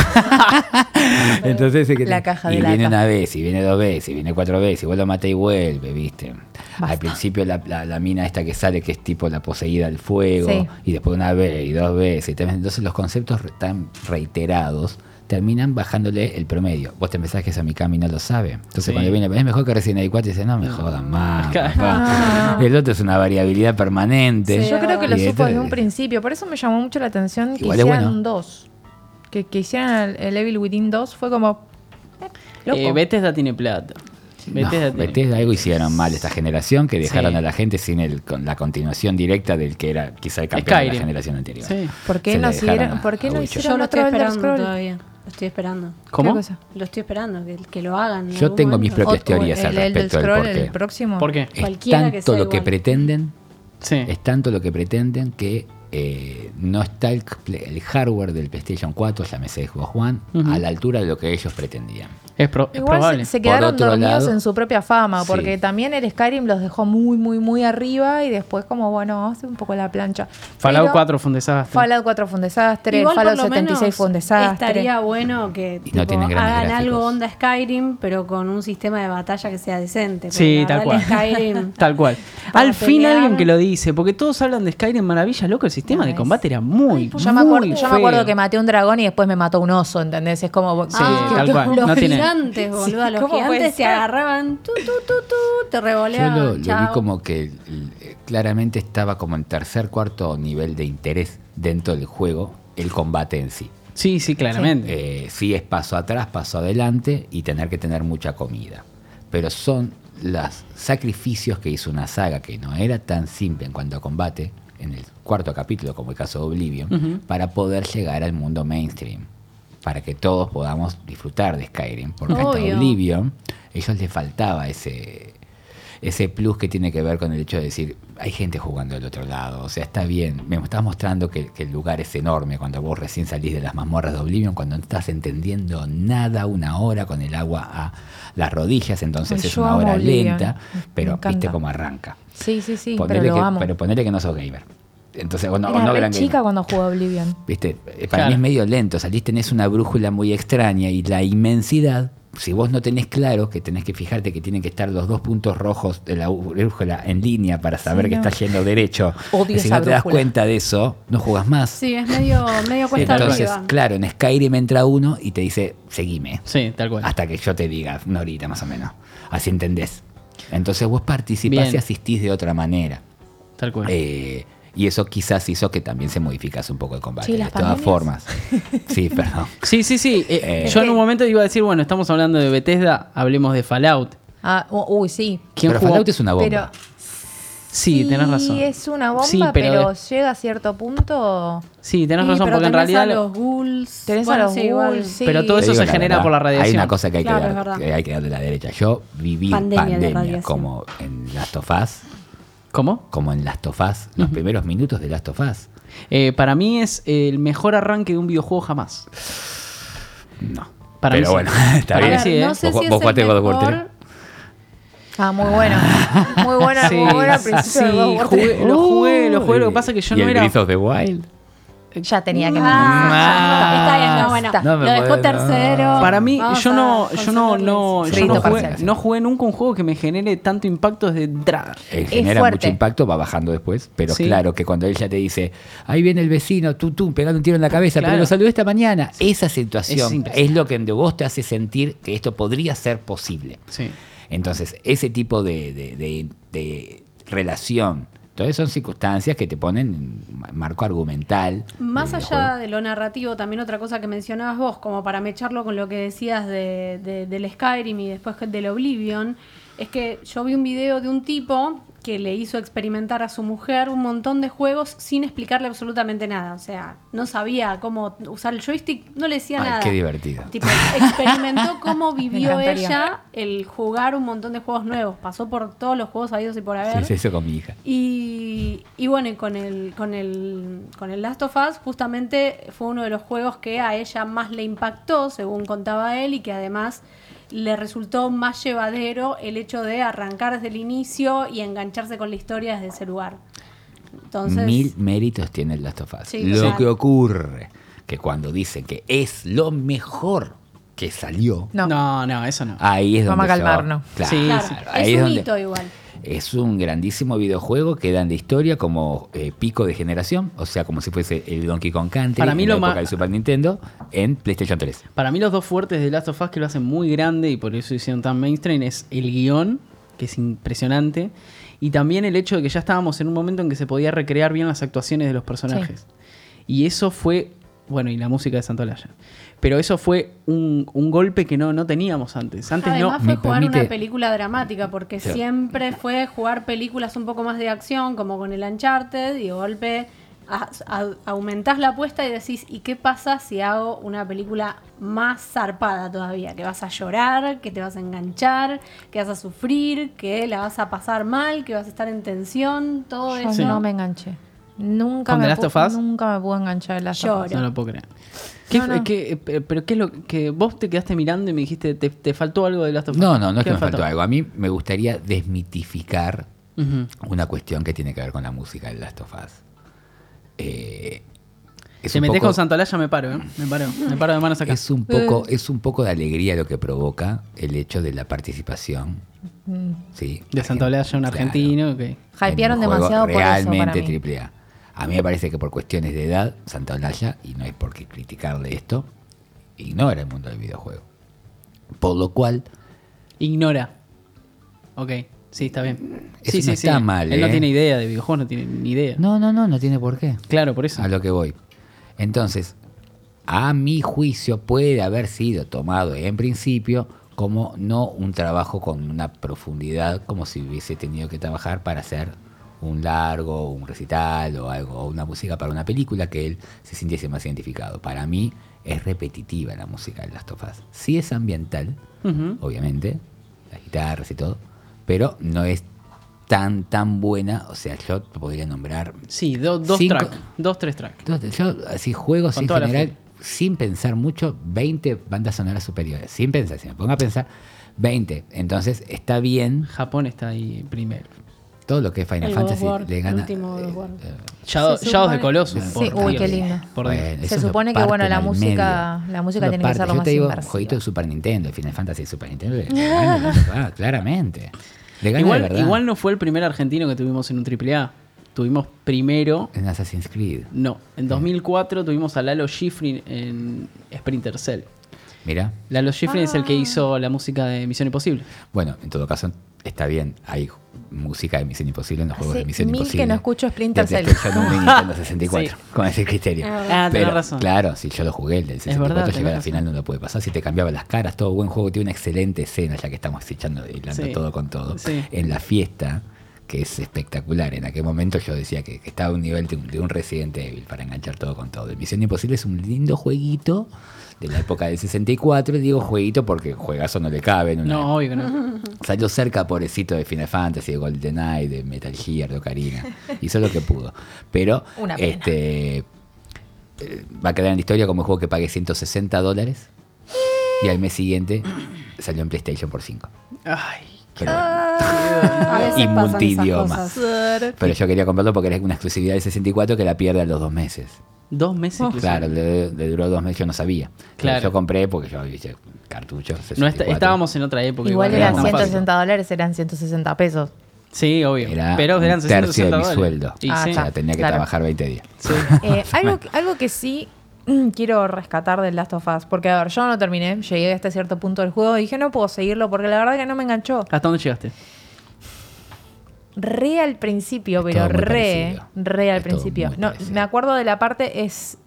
Speaker 6: Entonces, es que
Speaker 4: La
Speaker 6: te-
Speaker 4: caja
Speaker 6: y
Speaker 4: de
Speaker 6: viene
Speaker 4: lata.
Speaker 6: una vez, y viene dos veces, y viene cuatro veces, y vos lo matás y vuelve, ¿viste? Al principio la, la- la mina esta que sale, que es tipo la poseída del fuego,
Speaker 4: Sí.
Speaker 6: y después una vez, y dos veces. y tres veces. Entonces los conceptos re- tan reiterados terminan bajándole el promedio. Vos te pensás que eso Mikami no lo sabe. Entonces
Speaker 3: Sí.
Speaker 6: cuando viene, es mejor que Resident Evil 4 dice, no me jodan más.
Speaker 3: Claro.
Speaker 6: papá". El otro es una variabilidad permanente.
Speaker 5: Sí,
Speaker 4: Yo creo que
Speaker 6: Y
Speaker 4: lo supo
Speaker 6: esto
Speaker 4: desde un
Speaker 6: es-
Speaker 4: principio, por eso me llamó mucho la atención que
Speaker 6: Igual es
Speaker 4: hicieran
Speaker 6: bueno.
Speaker 4: un 2. Que, que hicieran el, el Evil Within 2 fue como. eh, loco.
Speaker 3: eh, Bethesda tiene plata.
Speaker 6: No,
Speaker 3: Bethesda tiene-
Speaker 6: Bethesda, algo hicieron mal esta generación que dejaron
Speaker 3: Sí.
Speaker 6: a la gente sin el, con la continuación directa del que era quizá el campeón de
Speaker 3: Skyrim.
Speaker 6: la generación anterior.
Speaker 3: Sí.
Speaker 4: ¿Por qué
Speaker 6: Se
Speaker 4: no
Speaker 6: le dejaron
Speaker 4: hicieron-
Speaker 6: a-
Speaker 4: por qué
Speaker 6: a
Speaker 4: no
Speaker 6: Witcher.
Speaker 4: hicieron-
Speaker 5: Yo lo estoy
Speaker 4: otro Elder
Speaker 5: esperando
Speaker 4: Scroll.
Speaker 5: todavía. Lo estoy esperando.
Speaker 3: ¿Cómo?
Speaker 4: ¿Qué cosa?
Speaker 5: Lo estoy esperando, que, que lo hagan. en
Speaker 6: Yo
Speaker 5: algún
Speaker 6: tengo mis
Speaker 5: momento.
Speaker 6: propias
Speaker 4: Ot-
Speaker 6: teorías
Speaker 4: el
Speaker 6: al
Speaker 4: Elder
Speaker 6: respecto del
Speaker 4: Scroll,
Speaker 6: por qué.
Speaker 4: el próximo.
Speaker 3: ¿por qué?
Speaker 6: Es
Speaker 5: Cualquiera que
Speaker 6: tanto
Speaker 5: sea
Speaker 6: lo que
Speaker 5: igual.
Speaker 6: pretenden,
Speaker 3: Sí.
Speaker 6: es tanto lo que pretenden que eh, no está el, el hardware del PlayStation 4, llámese Xbox One,
Speaker 3: Ujú.
Speaker 6: a la altura de lo que ellos pretendían.
Speaker 3: Es, pro- es
Speaker 4: Igual
Speaker 3: probable.
Speaker 4: se, se quedaron
Speaker 6: otro
Speaker 4: dormidos
Speaker 6: lado-
Speaker 4: en su propia fama,
Speaker 6: Sí.
Speaker 4: porque también el Skyrim los dejó muy, muy, muy arriba y después como, bueno, vamos a hacer un poco la plancha.
Speaker 3: Fallout
Speaker 4: Pero
Speaker 3: 4 fue un desastre.
Speaker 4: Fallout 4 fue un desastre,
Speaker 5: Igual, por
Speaker 4: Fallout
Speaker 5: lo
Speaker 4: 76
Speaker 5: menos,
Speaker 4: fue un desastre.
Speaker 5: Estaría bueno que
Speaker 6: Y no
Speaker 5: tipo,
Speaker 6: tienen grandes
Speaker 5: hagan algo
Speaker 6: gráficos.
Speaker 5: onda Skyrim, pero con un sistema de batalla que sea decente. porque
Speaker 3: Sí,
Speaker 5: la
Speaker 3: tal cual.
Speaker 5: verdad, el Skyrim,
Speaker 3: Tal cual.
Speaker 5: Para
Speaker 3: Al fin
Speaker 5: pelear.
Speaker 3: alguien que lo dice, porque todos hablan de Skyrim Maravilla, loco, el sistema
Speaker 4: No,
Speaker 3: de
Speaker 4: es-
Speaker 3: combate era muy,
Speaker 4: pues Yo me, acuerdo,
Speaker 3: muy
Speaker 4: yo me acuerdo
Speaker 3: feo.
Speaker 4: que maté un dragón y después me mató un oso, ¿entendés? Es como... ah,
Speaker 3: Sí, tal
Speaker 5: Ah, los-
Speaker 3: cual.
Speaker 5: Los
Speaker 3: No tiene-
Speaker 5: gigantes, boludo. los
Speaker 4: ¿cómo puede
Speaker 5: gigantes se
Speaker 4: ser?
Speaker 5: agarraban, tu, tu, tu, tu, te
Speaker 6: Yo
Speaker 5: revoleaban.
Speaker 6: lo, lo vi
Speaker 5: chao.
Speaker 6: como que eh, claramente estaba como en tercer, cuarto nivel de interés dentro del juego el combate en sí.
Speaker 3: Sí, sí, claramente.
Speaker 6: eh, sí es paso atrás, paso adelante y tener que tener mucha comida. Pero son los sacrificios que hizo una saga que no era tan simple en cuanto a combate, en el cuarto capítulo, como el caso de Oblivion, para poder llegar al mundo mainstream. Para que todos podamos disfrutar de Skyrim. Porque hasta
Speaker 5: Obvio.
Speaker 6: Oblivion, a ellos les faltaba ese, ese plus que tiene que ver con el hecho de decir, hay gente jugando del otro lado, o sea, está bien, me estás mostrando que, que el lugar es enorme cuando vos recién salís de las mazmorras de Oblivion, cuando no estás entendiendo nada una hora con el agua a las rodillas, entonces
Speaker 4: Ay,
Speaker 6: es
Speaker 4: yo
Speaker 6: una
Speaker 4: amo
Speaker 6: hora
Speaker 4: Oblivion,
Speaker 6: lenta,
Speaker 4: me
Speaker 6: pero viste
Speaker 4: encanta.
Speaker 6: cómo arranca.
Speaker 4: Sí, sí, sí,
Speaker 6: Ponele
Speaker 4: pero lo
Speaker 6: que,
Speaker 4: amo.
Speaker 6: pero ponele que no sos gamer. Entonces, o no, o
Speaker 4: Era
Speaker 6: no
Speaker 4: re
Speaker 6: gran gamer.
Speaker 4: chica cuando jugó Oblivion.
Speaker 6: Viste, eh, para
Speaker 3: Claro.
Speaker 6: mí es medio lento, salís, tenés una brújula muy extraña y la inmensidad, si vos no tenés claro que tenés que fijarte que tienen que estar los dos puntos rojos de la u- brújula en línea para saber que
Speaker 4: no.
Speaker 6: estás yendo derecho,
Speaker 4: Odio
Speaker 6: y si
Speaker 4: esa
Speaker 6: no te das
Speaker 4: brújula.
Speaker 6: cuenta de eso, no jugás más.
Speaker 5: Sí, es medio, medio cuesta
Speaker 6: Entonces,
Speaker 5: arriba.
Speaker 6: claro, en Skyrim entra uno y te dice, seguime,
Speaker 3: Sí, tal cual.
Speaker 6: hasta que yo te diga, una horita más o menos, así entendés. Entonces vos participás
Speaker 3: Bien.
Speaker 6: y asistís de otra manera.
Speaker 3: Tal cual.
Speaker 6: Eh, y eso quizás hizo que también se modificase un poco el combate.
Speaker 4: Sí,
Speaker 6: de
Speaker 4: las
Speaker 6: todas
Speaker 4: pandemias.
Speaker 6: formas. Sí, perdón.
Speaker 3: Sí, sí, sí. Eh,
Speaker 6: Eh.
Speaker 3: Yo en un momento iba a decir, bueno, estamos hablando de Bethesda, hablemos de Fallout.
Speaker 4: Ah, u- uy, sí.
Speaker 3: ¿Quién
Speaker 6: Pero
Speaker 3: jugó?
Speaker 6: Fallout es una bomba.
Speaker 4: Pero
Speaker 3: Sí, tenés razón.
Speaker 4: Sí, es una bomba,
Speaker 3: Sí,
Speaker 4: pero,
Speaker 3: pero,
Speaker 4: llega a cierto punto.
Speaker 3: sí, tenés
Speaker 5: Y,
Speaker 3: razón,
Speaker 5: pero
Speaker 3: porque en
Speaker 5: tenés
Speaker 3: realidad...
Speaker 5: a
Speaker 3: lo-
Speaker 5: los ghouls.
Speaker 4: Tenés
Speaker 5: Bueno,
Speaker 4: a los
Speaker 5: sí, igual.
Speaker 4: ghouls, sí.
Speaker 3: Pero todo
Speaker 6: Te
Speaker 3: eso
Speaker 6: digo
Speaker 3: se
Speaker 6: la
Speaker 3: genera por la radiación.
Speaker 6: Hay una cosa que hay,
Speaker 5: Claro,
Speaker 6: que,
Speaker 5: es
Speaker 6: dar,
Speaker 5: verdad.
Speaker 6: que hay que dar de la derecha. Yo viví
Speaker 5: Pandemia de
Speaker 6: pandemia,
Speaker 5: radiación.
Speaker 6: como en Last of Us,
Speaker 3: ¿Cómo?
Speaker 6: como en Last of Us, los primeros minutos de Last of Us.
Speaker 3: Eh, para mí es el mejor arranque de un videojuego jamás.
Speaker 6: No.
Speaker 3: Para
Speaker 6: Pero
Speaker 3: mí
Speaker 6: bueno,
Speaker 3: sí.
Speaker 6: está
Speaker 3: A
Speaker 6: bien.
Speaker 3: ver, sí, ¿eh?
Speaker 5: no sé
Speaker 6: ¿Vos-
Speaker 5: si
Speaker 6: vos
Speaker 5: es
Speaker 6: jugaste
Speaker 5: el
Speaker 6: God of War
Speaker 5: mejor,
Speaker 6: tres?
Speaker 4: Ah, muy bueno. Muy bueno,
Speaker 3: Sí,
Speaker 4: muy bueno al
Speaker 3: sí,
Speaker 4: principio del
Speaker 3: sí,
Speaker 4: God of War
Speaker 3: jugué-
Speaker 4: tres.
Speaker 3: lo jugué, lo jugué, lo
Speaker 6: Uy.
Speaker 3: que pasa es que yo
Speaker 6: Uh. ¿Y
Speaker 3: no
Speaker 6: el
Speaker 3: era-
Speaker 6: Breath of the Wild.
Speaker 4: Ya tenía que
Speaker 5: Ah, está bien, Mm, no, bueno.
Speaker 4: Está.
Speaker 6: No me
Speaker 5: lo dejó
Speaker 6: puedo-
Speaker 5: tercero.
Speaker 3: Para mí,
Speaker 5: Vamos
Speaker 3: yo
Speaker 5: a
Speaker 3: no, yo no, no, yo
Speaker 4: Crédito
Speaker 3: no, jugué,
Speaker 4: parcial.
Speaker 3: no jugué nunca un juego que me genere tanto impacto de entrada.
Speaker 6: Eh,
Speaker 4: Es
Speaker 6: genera
Speaker 4: fuerte.
Speaker 6: mucho impacto, va bajando después, pero
Speaker 3: Sí.
Speaker 6: claro que cuando ella te dice, ahí viene el vecino, tú, tú, pegando un tiro en la cabeza,
Speaker 3: Claro.
Speaker 6: pero lo saludé esta mañana, esa situación
Speaker 3: impresionante.
Speaker 6: es, lo que en vos te hace sentir que esto podría ser posible.
Speaker 3: Sí.
Speaker 6: Entonces, ese tipo de, de- de- de relación, todas son circunstancias que te ponen en ma- marco argumental.
Speaker 5: Más
Speaker 6: del
Speaker 5: allá de lo narrativo, también otra cosa que mencionabas vos, como para mecharlo con lo que decías de, de- del Skyrim y después que- del Oblivion, es que yo vi un video de un tipo que le hizo experimentar a su mujer un montón de juegos sin explicarle absolutamente nada. O sea, no sabía cómo usar el joystick, no le decía
Speaker 6: Ay,
Speaker 5: nada.
Speaker 6: qué divertido.
Speaker 5: Tipo, experimentó cómo vivió
Speaker 4: encantaría.
Speaker 5: ella el jugar un montón de juegos nuevos. Pasó por todos los juegos habidos y por
Speaker 6: juego.
Speaker 5: haber.
Speaker 6: Sí, es eso con mi hija.
Speaker 5: Y, y bueno, y con el, con el con el Last of Us, justamente fue uno de los juegos que a ella más le impactó, según contaba él, y que además le resultó más llevadero el hecho de arrancar desde el inicio y engancharse con la historia desde ese lugar. Entonces,
Speaker 6: Mil méritos tiene el Last of Us.
Speaker 5: Sí,
Speaker 6: lo
Speaker 5: total.
Speaker 6: que ocurre, que cuando dicen que es lo mejor que salió,
Speaker 4: No.
Speaker 3: No, no, eso no.
Speaker 6: ahí es
Speaker 4: Vamos
Speaker 6: donde
Speaker 4: a calmarnos.
Speaker 6: yo- claro,
Speaker 3: Sí,
Speaker 5: claro,
Speaker 3: sí.
Speaker 5: es
Speaker 6: ahí
Speaker 5: un
Speaker 6: es donde-
Speaker 5: hito igual.
Speaker 6: Es un grandísimo videojuego que dan de historia como eh, pico de generación, o sea, como si fuese el Donkey Kong Country
Speaker 3: Para mí
Speaker 6: en
Speaker 3: lo
Speaker 6: la época
Speaker 3: ma-
Speaker 6: del Super Nintendo en PlayStation 3.
Speaker 3: Para mí los dos fuertes de Last of Us que lo hacen muy grande y por eso hicieron tan mainstream es el guión, que es impresionante, y también el hecho de que ya estábamos en un momento en que se podía recrear bien las actuaciones de los personajes. Y eso fue, bueno, y la música de Santolaya. Pero eso fue un, un golpe que no, no teníamos antes. Antes no...
Speaker 5: Ah, Además
Speaker 6: me
Speaker 5: fue jugar
Speaker 6: permite-
Speaker 5: una película dramática, porque
Speaker 6: Claro.
Speaker 5: siempre fue jugar películas un poco más de acción, como con el Uncharted, y de golpe a- a- aumentás la apuesta y decís, ¿y qué pasa si hago una película más zarpada todavía? Que vas a llorar, que te vas a enganchar, que vas a sufrir, que la vas a pasar mal, que vas a estar en tensión, todo
Speaker 4: Yo
Speaker 5: eso.
Speaker 3: Sí.
Speaker 4: no me enganché. Nunca
Speaker 3: ¿Con
Speaker 4: me,
Speaker 3: The Last
Speaker 4: pu-
Speaker 3: of Us?
Speaker 4: nunca me pude enganchar el Last of Us.
Speaker 5: Lloro.
Speaker 3: No lo puedo creer. ¿Qué,
Speaker 4: No, no.
Speaker 3: qué- eh, pero qué es lo que vos te quedaste mirando y me dijiste, te, te faltó algo de Last of Us?
Speaker 6: No, no, no es
Speaker 3: ¿Qué
Speaker 6: que me
Speaker 3: te
Speaker 6: faltó algo. A mí me gustaría desmitificar
Speaker 3: Ujú.
Speaker 6: una cuestión que tiene que ver con la música del Last of Us. Eh, es
Speaker 3: Te
Speaker 6: un
Speaker 3: metés
Speaker 6: poco-
Speaker 3: con Santolaya, me paro, ¿eh? Me paro, me paro de manos acá.
Speaker 6: Es un poco,
Speaker 5: Eh.
Speaker 6: es un poco de alegría lo que provoca el hecho de la participación. ¿sí?
Speaker 3: De Santolaya, un
Speaker 6: Claro.
Speaker 3: argentino, que
Speaker 4: Hypearon
Speaker 6: en un juego
Speaker 4: demasiado por eso
Speaker 6: realmente
Speaker 4: para mí.
Speaker 6: triple A. A mí me parece que por cuestiones de edad, Santaolalla, y no es por qué criticarle esto, ignora el mundo del videojuego. Por lo cual,
Speaker 3: ignora. Ok, sí, está bien.
Speaker 6: Eso
Speaker 3: sí,
Speaker 6: no
Speaker 3: sí,
Speaker 6: está
Speaker 3: sí.
Speaker 6: mal,
Speaker 3: Él no
Speaker 6: ¿eh?
Speaker 3: tiene idea de videojuegos, no tiene ni idea.
Speaker 6: no, no, no, no tiene por qué.
Speaker 3: Claro, por eso.
Speaker 6: A lo que voy. Entonces, a mi juicio puede haber sido tomado en principio como no un trabajo con una profundidad, como si hubiese tenido que trabajar para hacer un largo, un recital o algo, o una música para una película que él se sintiese más identificado. Para mí es repetitiva la música de Last of Us. Sí es ambiental,
Speaker 3: Ujú.
Speaker 6: obviamente, las guitarras y todo, pero no es tan, tan buena. O sea, yo te podría nombrar
Speaker 3: Sí, do- dos
Speaker 6: Cinco-
Speaker 3: tracks, dos, tres tracks.
Speaker 6: entonces, yo así juego
Speaker 3: Con
Speaker 6: en
Speaker 3: toda la
Speaker 6: general,
Speaker 3: furia.
Speaker 6: sin pensar mucho, 20 bandas sonoras superiores. Sin pensar, si me pongo a pensar, 20. Entonces está bien
Speaker 3: Japón está ahí primero.
Speaker 6: todo lo que es Final
Speaker 5: El God of
Speaker 6: Fantasy
Speaker 5: War,
Speaker 6: le
Speaker 5: el
Speaker 6: gana. eh,
Speaker 5: último God of War.
Speaker 3: Shadow,
Speaker 4: supone-
Speaker 3: Shadow of the Colossus.
Speaker 4: Sí,
Speaker 3: por
Speaker 4: uy,
Speaker 3: Dios.
Speaker 4: qué lindo.
Speaker 3: Por Dios.
Speaker 6: Bueno, eso
Speaker 4: Se
Speaker 6: lo
Speaker 4: supone que bueno,
Speaker 6: parten
Speaker 4: la
Speaker 6: al
Speaker 4: música,
Speaker 6: medio.
Speaker 4: la música
Speaker 6: Lo
Speaker 4: tiene que
Speaker 6: parten.
Speaker 4: ser lo
Speaker 6: Yo
Speaker 4: más
Speaker 6: te digo,
Speaker 4: inversiva.
Speaker 6: jueguito de Super Nintendo, el Final Fantasy de Super Nintendo, le gana, le gana, claramente. Le gana de
Speaker 3: Igual,
Speaker 6: verdad.
Speaker 3: igual no fue el primer argentino que tuvimos en un AAA. Tuvimos primero.
Speaker 6: En Assassin's Creed.
Speaker 3: No, en 2004 tuvimos a Lalo Schifrin en Sprinter Cell.
Speaker 6: Mira.
Speaker 4: Ah.
Speaker 3: Lalo Schifrin es el que hizo la música de Misión Imposible.
Speaker 6: Bueno, en todo caso, está bien, hay música de Misión Imposible en los juegos
Speaker 4: Hace
Speaker 6: de Misión
Speaker 4: mil que
Speaker 6: Imposible.
Speaker 4: no escucho Splinter
Speaker 6: Desde
Speaker 4: Cell.
Speaker 6: Destruction de Nintendo 64, con ese criterio.
Speaker 5: Ah,
Speaker 3: Ah, tenés
Speaker 6: Pero,
Speaker 3: razón.
Speaker 6: Claro, si yo lo jugué el del 64,
Speaker 3: verdad,
Speaker 6: llegar a la
Speaker 3: tenés
Speaker 6: final no lo pude pasar. Si te cambiaba las caras, todo buen juego, tiene una excelente escena, ya que estamos fichando, hilando
Speaker 3: Sí.
Speaker 6: todo con todo.
Speaker 3: Sí.
Speaker 6: En la fiesta, que es espectacular. En aquel momento yo decía que, que estaba a un nivel de un, de un Resident Evil para enganchar todo con todo. El Misión Imposible es un lindo jueguito de la época del 64. Y digo jueguito porque juegazo no le cabe en una
Speaker 3: No, obvio que no.
Speaker 6: Salió cerca, pobrecito, de Final Fantasy, de GoldenEye, de Metal Gear, de Ocarina. Hizo lo que pudo. Pero,
Speaker 4: Una pena.
Speaker 6: este. eh, Va a quedar en la historia como un juego que pagué 160 dólares. Y al mes siguiente salió en PlayStation por 5.
Speaker 3: Ay,
Speaker 6: Pero, bueno,
Speaker 5: a veces
Speaker 6: Y
Speaker 5: pasan esas
Speaker 6: multidioma.
Speaker 5: cosas.
Speaker 6: pero yo quería comprarlo porque era una exclusividad de 64 que la pierde a los dos meses.
Speaker 3: dos meses.
Speaker 4: Oh.
Speaker 3: inclusive.
Speaker 6: Claro, le, le duró dos meses, yo no sabía. Pero
Speaker 3: Claro.
Speaker 6: Yo compré porque yo viste, cartuchos.
Speaker 3: No está-
Speaker 6: 64.
Speaker 3: estábamos en otra época.
Speaker 4: Igual
Speaker 6: Igual
Speaker 4: eran
Speaker 6: era más fácil.
Speaker 4: 160 dólares, eran 160 pesos.
Speaker 3: Sí, obvio.
Speaker 6: Era
Speaker 3: pero eran
Speaker 6: un tercio
Speaker 3: 60
Speaker 6: de mi
Speaker 3: dólares.
Speaker 6: sueldo.
Speaker 3: Y
Speaker 4: Ah,
Speaker 3: sí.
Speaker 6: O sea, tenía que
Speaker 4: claro.
Speaker 6: trabajar 20 días.
Speaker 3: Sí.
Speaker 4: Eh, algo, algo que sí mm, quiero rescatar del Last of Us, porque a ver, yo no lo terminé, llegué hasta cierto punto del juego y dije no puedo seguirlo porque la verdad que no me enganchó.
Speaker 3: ¿Hasta dónde llegaste?
Speaker 4: Re al principio,
Speaker 6: Es
Speaker 4: pero
Speaker 6: todo muy
Speaker 4: re,
Speaker 6: parecido.
Speaker 4: re al
Speaker 6: Es todo
Speaker 4: principio.
Speaker 6: muy
Speaker 4: No,
Speaker 6: parecido.
Speaker 4: me acuerdo de la parte es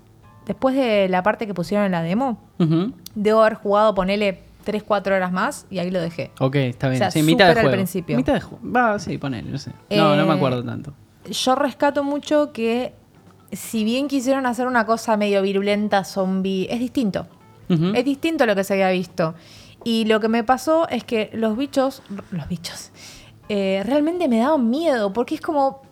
Speaker 4: después de la parte que pusieron en la demo,
Speaker 3: Ujú.
Speaker 4: debo haber jugado ponele 3 4 horas más y ahí lo dejé.
Speaker 3: Ok, está bien.
Speaker 4: O sea,
Speaker 3: sí, mitad de
Speaker 4: súper al
Speaker 3: juego.
Speaker 4: principio.
Speaker 3: Mitad de juego. Va, sí, ponele, no sé. No, no me
Speaker 4: Eh,
Speaker 3: acuerdo tanto.
Speaker 4: Yo rescato mucho que si bien quisieron hacer una cosa medio virulenta zombie, es distinto.
Speaker 3: Ujú.
Speaker 4: Es distinto a lo que se había visto. Y lo que me pasó es que los bichos, los bichos, eh, realmente me daban miedo, porque es como,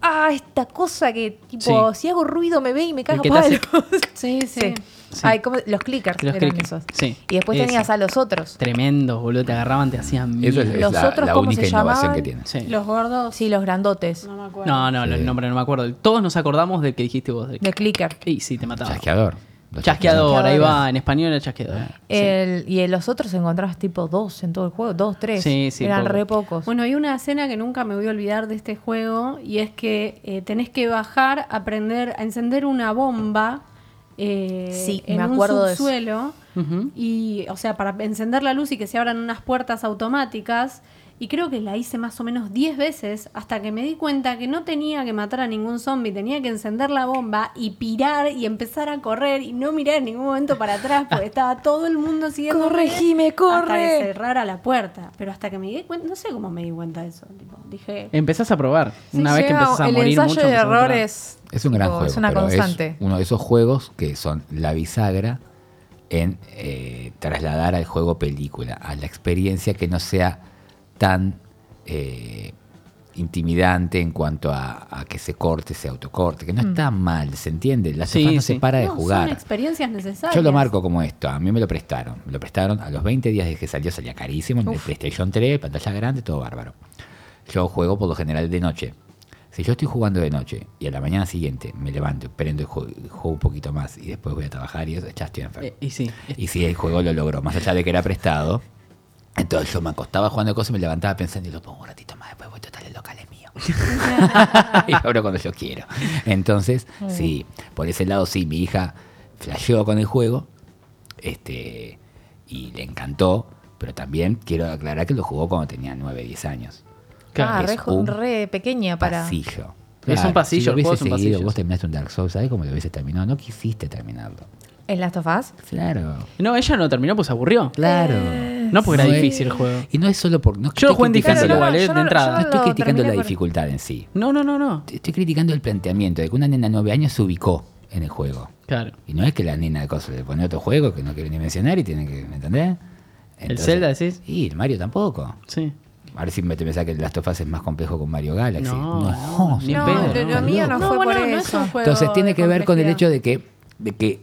Speaker 4: ah, esta cosa que, tipo, si hago ruido me ve y me cago
Speaker 3: que te
Speaker 4: palos.
Speaker 3: hace-
Speaker 5: Sí, sí.
Speaker 4: Sí.
Speaker 3: Sí.
Speaker 4: Ay, ¿cómo? los clickers
Speaker 3: Los
Speaker 4: eran
Speaker 3: clickers,
Speaker 4: esos.
Speaker 3: sí.
Speaker 4: Y después
Speaker 3: Esa.
Speaker 4: tenías a los otros.
Speaker 3: Tremendos, boludo. Te agarraban, te hacían
Speaker 6: Eso es,
Speaker 3: mierda.
Speaker 6: es
Speaker 4: Mm. Los
Speaker 6: la,
Speaker 4: otros,
Speaker 6: la
Speaker 4: ¿cómo
Speaker 6: única
Speaker 4: se
Speaker 6: innovación
Speaker 4: llamaban?
Speaker 6: que tiene.
Speaker 3: Sí.
Speaker 5: Los gordos.
Speaker 4: Sí, los grandotes.
Speaker 5: No me acuerdo.
Speaker 3: No, no, los
Speaker 6: Sí.
Speaker 3: nombres no me acuerdo. Todos nos acordamos del que dijiste vos. del-
Speaker 4: De clicker.
Speaker 3: Y sí, te mataba.
Speaker 6: Chasqueador. Los
Speaker 3: Chasqueador, ahí
Speaker 4: Chasqueador.
Speaker 3: va. En español era chasqueador.
Speaker 4: El- y en los otros encontrabas tipo dos en todo el juego, dos, tres.
Speaker 3: Sí, sí,
Speaker 4: Eran
Speaker 3: poco.
Speaker 4: re pocos.
Speaker 5: Bueno, hay una escena que nunca me voy a olvidar de este juego y es que eh, tenés que bajar, aprender a encender una bomba eh,
Speaker 4: Sí,
Speaker 5: en
Speaker 4: me acuerdo
Speaker 5: un
Speaker 4: de eso.
Speaker 5: subsuelo
Speaker 3: Ujú.
Speaker 5: y, o sea, para encender la luz y que se abran unas puertas automáticas. Y creo que la hice más o menos 10 veces hasta que me di cuenta que no tenía que matar a ningún zombie, tenía que encender la bomba y pirar y empezar a correr y no mirar en ningún momento para atrás
Speaker 4: Ah.
Speaker 5: porque estaba todo el mundo siguiendo.
Speaker 4: Corre, Jime,
Speaker 5: Hasta
Speaker 4: corre.
Speaker 5: que cerrara la puerta. Pero hasta que me di cuenta, no sé cómo me di cuenta de eso. tipo, dije,
Speaker 3: Empezás a probar.
Speaker 4: Sí,
Speaker 3: Una vez que
Speaker 4: llega
Speaker 3: empezás a
Speaker 4: el
Speaker 3: morir
Speaker 4: ensayo
Speaker 3: mucho,
Speaker 4: de
Speaker 3: empezás a probar.
Speaker 4: errores
Speaker 6: Es un gran
Speaker 4: tipo,
Speaker 6: juego.
Speaker 4: Oh, Es una
Speaker 6: pero
Speaker 4: constante.
Speaker 6: uno de esos juegos que son la bisagra en eh, trasladar al juego película, a la experiencia que no sea tan eh, intimidante en cuanto a, a que se corte, se autocorte, que no está mal, ¿se entiende? La
Speaker 3: Mm. Sí,
Speaker 6: sofá no
Speaker 3: sí.
Speaker 6: se para de
Speaker 5: no,
Speaker 6: jugar.
Speaker 5: son experiencias necesarias.
Speaker 6: Yo lo marco como esto, a mí me lo prestaron. Me lo prestaron a los 20 días de que salió, salía carísimo, en el PlayStation 3, pantalla grande, todo bárbaro. Yo juego por lo general de noche. Si yo estoy jugando de noche y a la mañana siguiente me levanto, prendo el juego, juego un poquito más y después voy a trabajar y eso, ya estoy enfermo.
Speaker 3: Eh, y sí.
Speaker 6: Y si el juego lo logró, más allá de que era prestado. Entonces yo me acostaba jugando cosas y me levantaba pensando y lo pongo un ratito más después, voy total, el local es mío. y lo abro cuando yo quiero. Entonces, sí, por ese lado sí, mi hija flasheó con el juego este y le encantó, pero también quiero aclarar que lo jugó cuando tenía 9, 10 años.
Speaker 4: Ah,
Speaker 3: Claro.
Speaker 4: re,
Speaker 6: es un
Speaker 4: re pequeña para.
Speaker 6: Pasillo.
Speaker 3: Es un pasillo,
Speaker 6: si lo
Speaker 3: el juego
Speaker 6: hubiese
Speaker 3: es un
Speaker 6: seguido,
Speaker 3: pasillo.
Speaker 6: vos terminaste un Dark Souls, ¿sabés cómo lo hubiese terminado? No quisiste terminarlo.
Speaker 4: ¿En Last of Us?
Speaker 6: Claro,
Speaker 3: No, ella no terminó, pues se aburrió.
Speaker 6: claro.
Speaker 3: No porque era
Speaker 6: No es-
Speaker 3: difícil el juego.
Speaker 6: Y no es solo por.
Speaker 3: Yo
Speaker 6: No
Speaker 3: lo
Speaker 6: estoy
Speaker 3: jugué en
Speaker 6: criticando
Speaker 3: difícil
Speaker 6: la-
Speaker 3: igual, eh,
Speaker 4: yo
Speaker 3: de
Speaker 4: no-
Speaker 3: entrada.
Speaker 4: yo
Speaker 6: No estoy
Speaker 4: lo
Speaker 6: criticando la
Speaker 4: terminé por-
Speaker 6: dificultad en sí.
Speaker 3: No, no, no, no.
Speaker 6: Estoy criticando el planteamiento de que una nena de 9 años se ubicó en el juego.
Speaker 3: Claro.
Speaker 6: Y no es que la nena de cosas le pone otro juego que no quiere ni mencionar y tiene que. ¿Me entendés?
Speaker 3: ¿El Zelda decís?
Speaker 6: Y el Mario tampoco.
Speaker 3: Sí.
Speaker 6: A ver si me te pensás que el Last of Us es más complejo que un Mario Galaxy.
Speaker 3: No,
Speaker 6: No,
Speaker 3: ni en
Speaker 4: No,
Speaker 3: pedo,
Speaker 4: lo, lo
Speaker 3: no,
Speaker 4: mío no,
Speaker 5: No,
Speaker 4: fue
Speaker 5: bueno,
Speaker 4: por
Speaker 5: no es
Speaker 4: eso.
Speaker 5: un juego.
Speaker 6: Entonces tiene
Speaker 5: de
Speaker 6: que ver con el
Speaker 5: complejidad.
Speaker 6: hecho de que, de que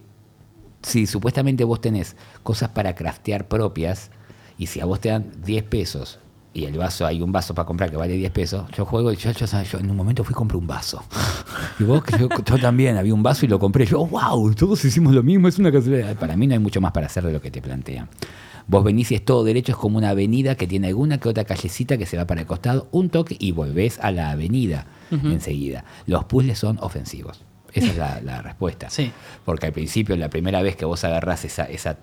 Speaker 6: si supuestamente vos tenés cosas para craftear propias y si a vos te dan 10 pesos y el vaso, hay un vaso para comprar que vale 10 pesos, yo juego y yo, yo, yo, en un momento fui y compré un vaso. Y vos, que yo, yo también, había un vaso y lo compré. Yo, wow, todos hicimos lo mismo, es una casualidad. Para mí no hay mucho más para hacer de lo que te plantean. Vos venís y es todo derecho, es como una avenida que tiene alguna que otra callecita que se va para el costado, un toque y volvés a la avenida enseguida. Los puzzles son ofensivos. Esa es la, la respuesta.
Speaker 3: Sí.
Speaker 6: Porque al principio, la primera vez que vos agarrás esa, esa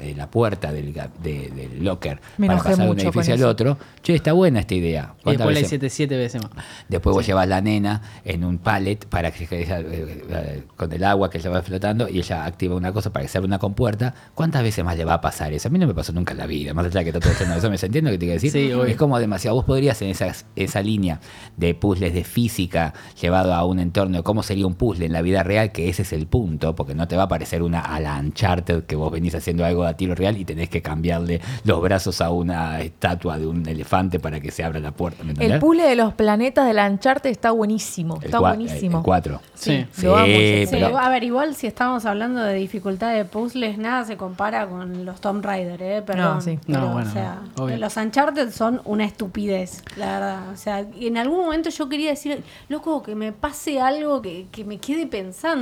Speaker 6: eh, la puerta del, ga- de- del locker
Speaker 4: Me
Speaker 6: para
Speaker 4: enojé
Speaker 6: pasar de un
Speaker 4: mucho con
Speaker 6: edificio al
Speaker 4: eso.
Speaker 6: otro, che, está buena esta idea.
Speaker 3: Y
Speaker 6: ¿Cuántas
Speaker 3: después la
Speaker 6: veces-
Speaker 3: hiciste siete veces más.
Speaker 6: Después vos llevas la nena en un pallet para que ella, eh, eh, con el agua que ella va flotando y ella activa una cosa para que se abra una compuerta. ¿Cuántas veces más le va a pasar eso? A mí no me pasó nunca en la vida, más allá de que está todo lleno de zombies. ¿Entiendo lo que te quiero decir?
Speaker 3: Sí, obvio.
Speaker 6: es como demasiado. Vos podrías en esas- esa línea de puzzles de física llevado a un entorno de cómo sería un puzzle en la vida real, que ese es el punto, porque no te va a parecer una a la Uncharted que vos venís haciendo algo a tiro real y tenés que cambiarle los brazos a una estatua de un elefante para que se abra la puerta. ¿me
Speaker 4: El
Speaker 6: entendés?
Speaker 4: puzzle de los planetas de la Uncharted está buenísimo.
Speaker 6: ¿eh? El
Speaker 4: Está
Speaker 6: cua-
Speaker 4: buenísimo.
Speaker 6: El 4.
Speaker 3: Sí.
Speaker 6: Sí,
Speaker 4: Lo amo, ese
Speaker 5: Sí,
Speaker 6: pero
Speaker 5: a ver, igual si estamos hablando de dificultad de puzzles, nada se compara con los Tomb Raider, ¿eh? Perdón.
Speaker 4: No, sí.
Speaker 5: Pero,
Speaker 3: No, bueno,
Speaker 5: o sea,
Speaker 3: no, obvio.
Speaker 5: los Uncharted son una estupidez, la verdad. O sea, y en algún momento yo quería decir, loco, que me pase algo que, que me quede pensando.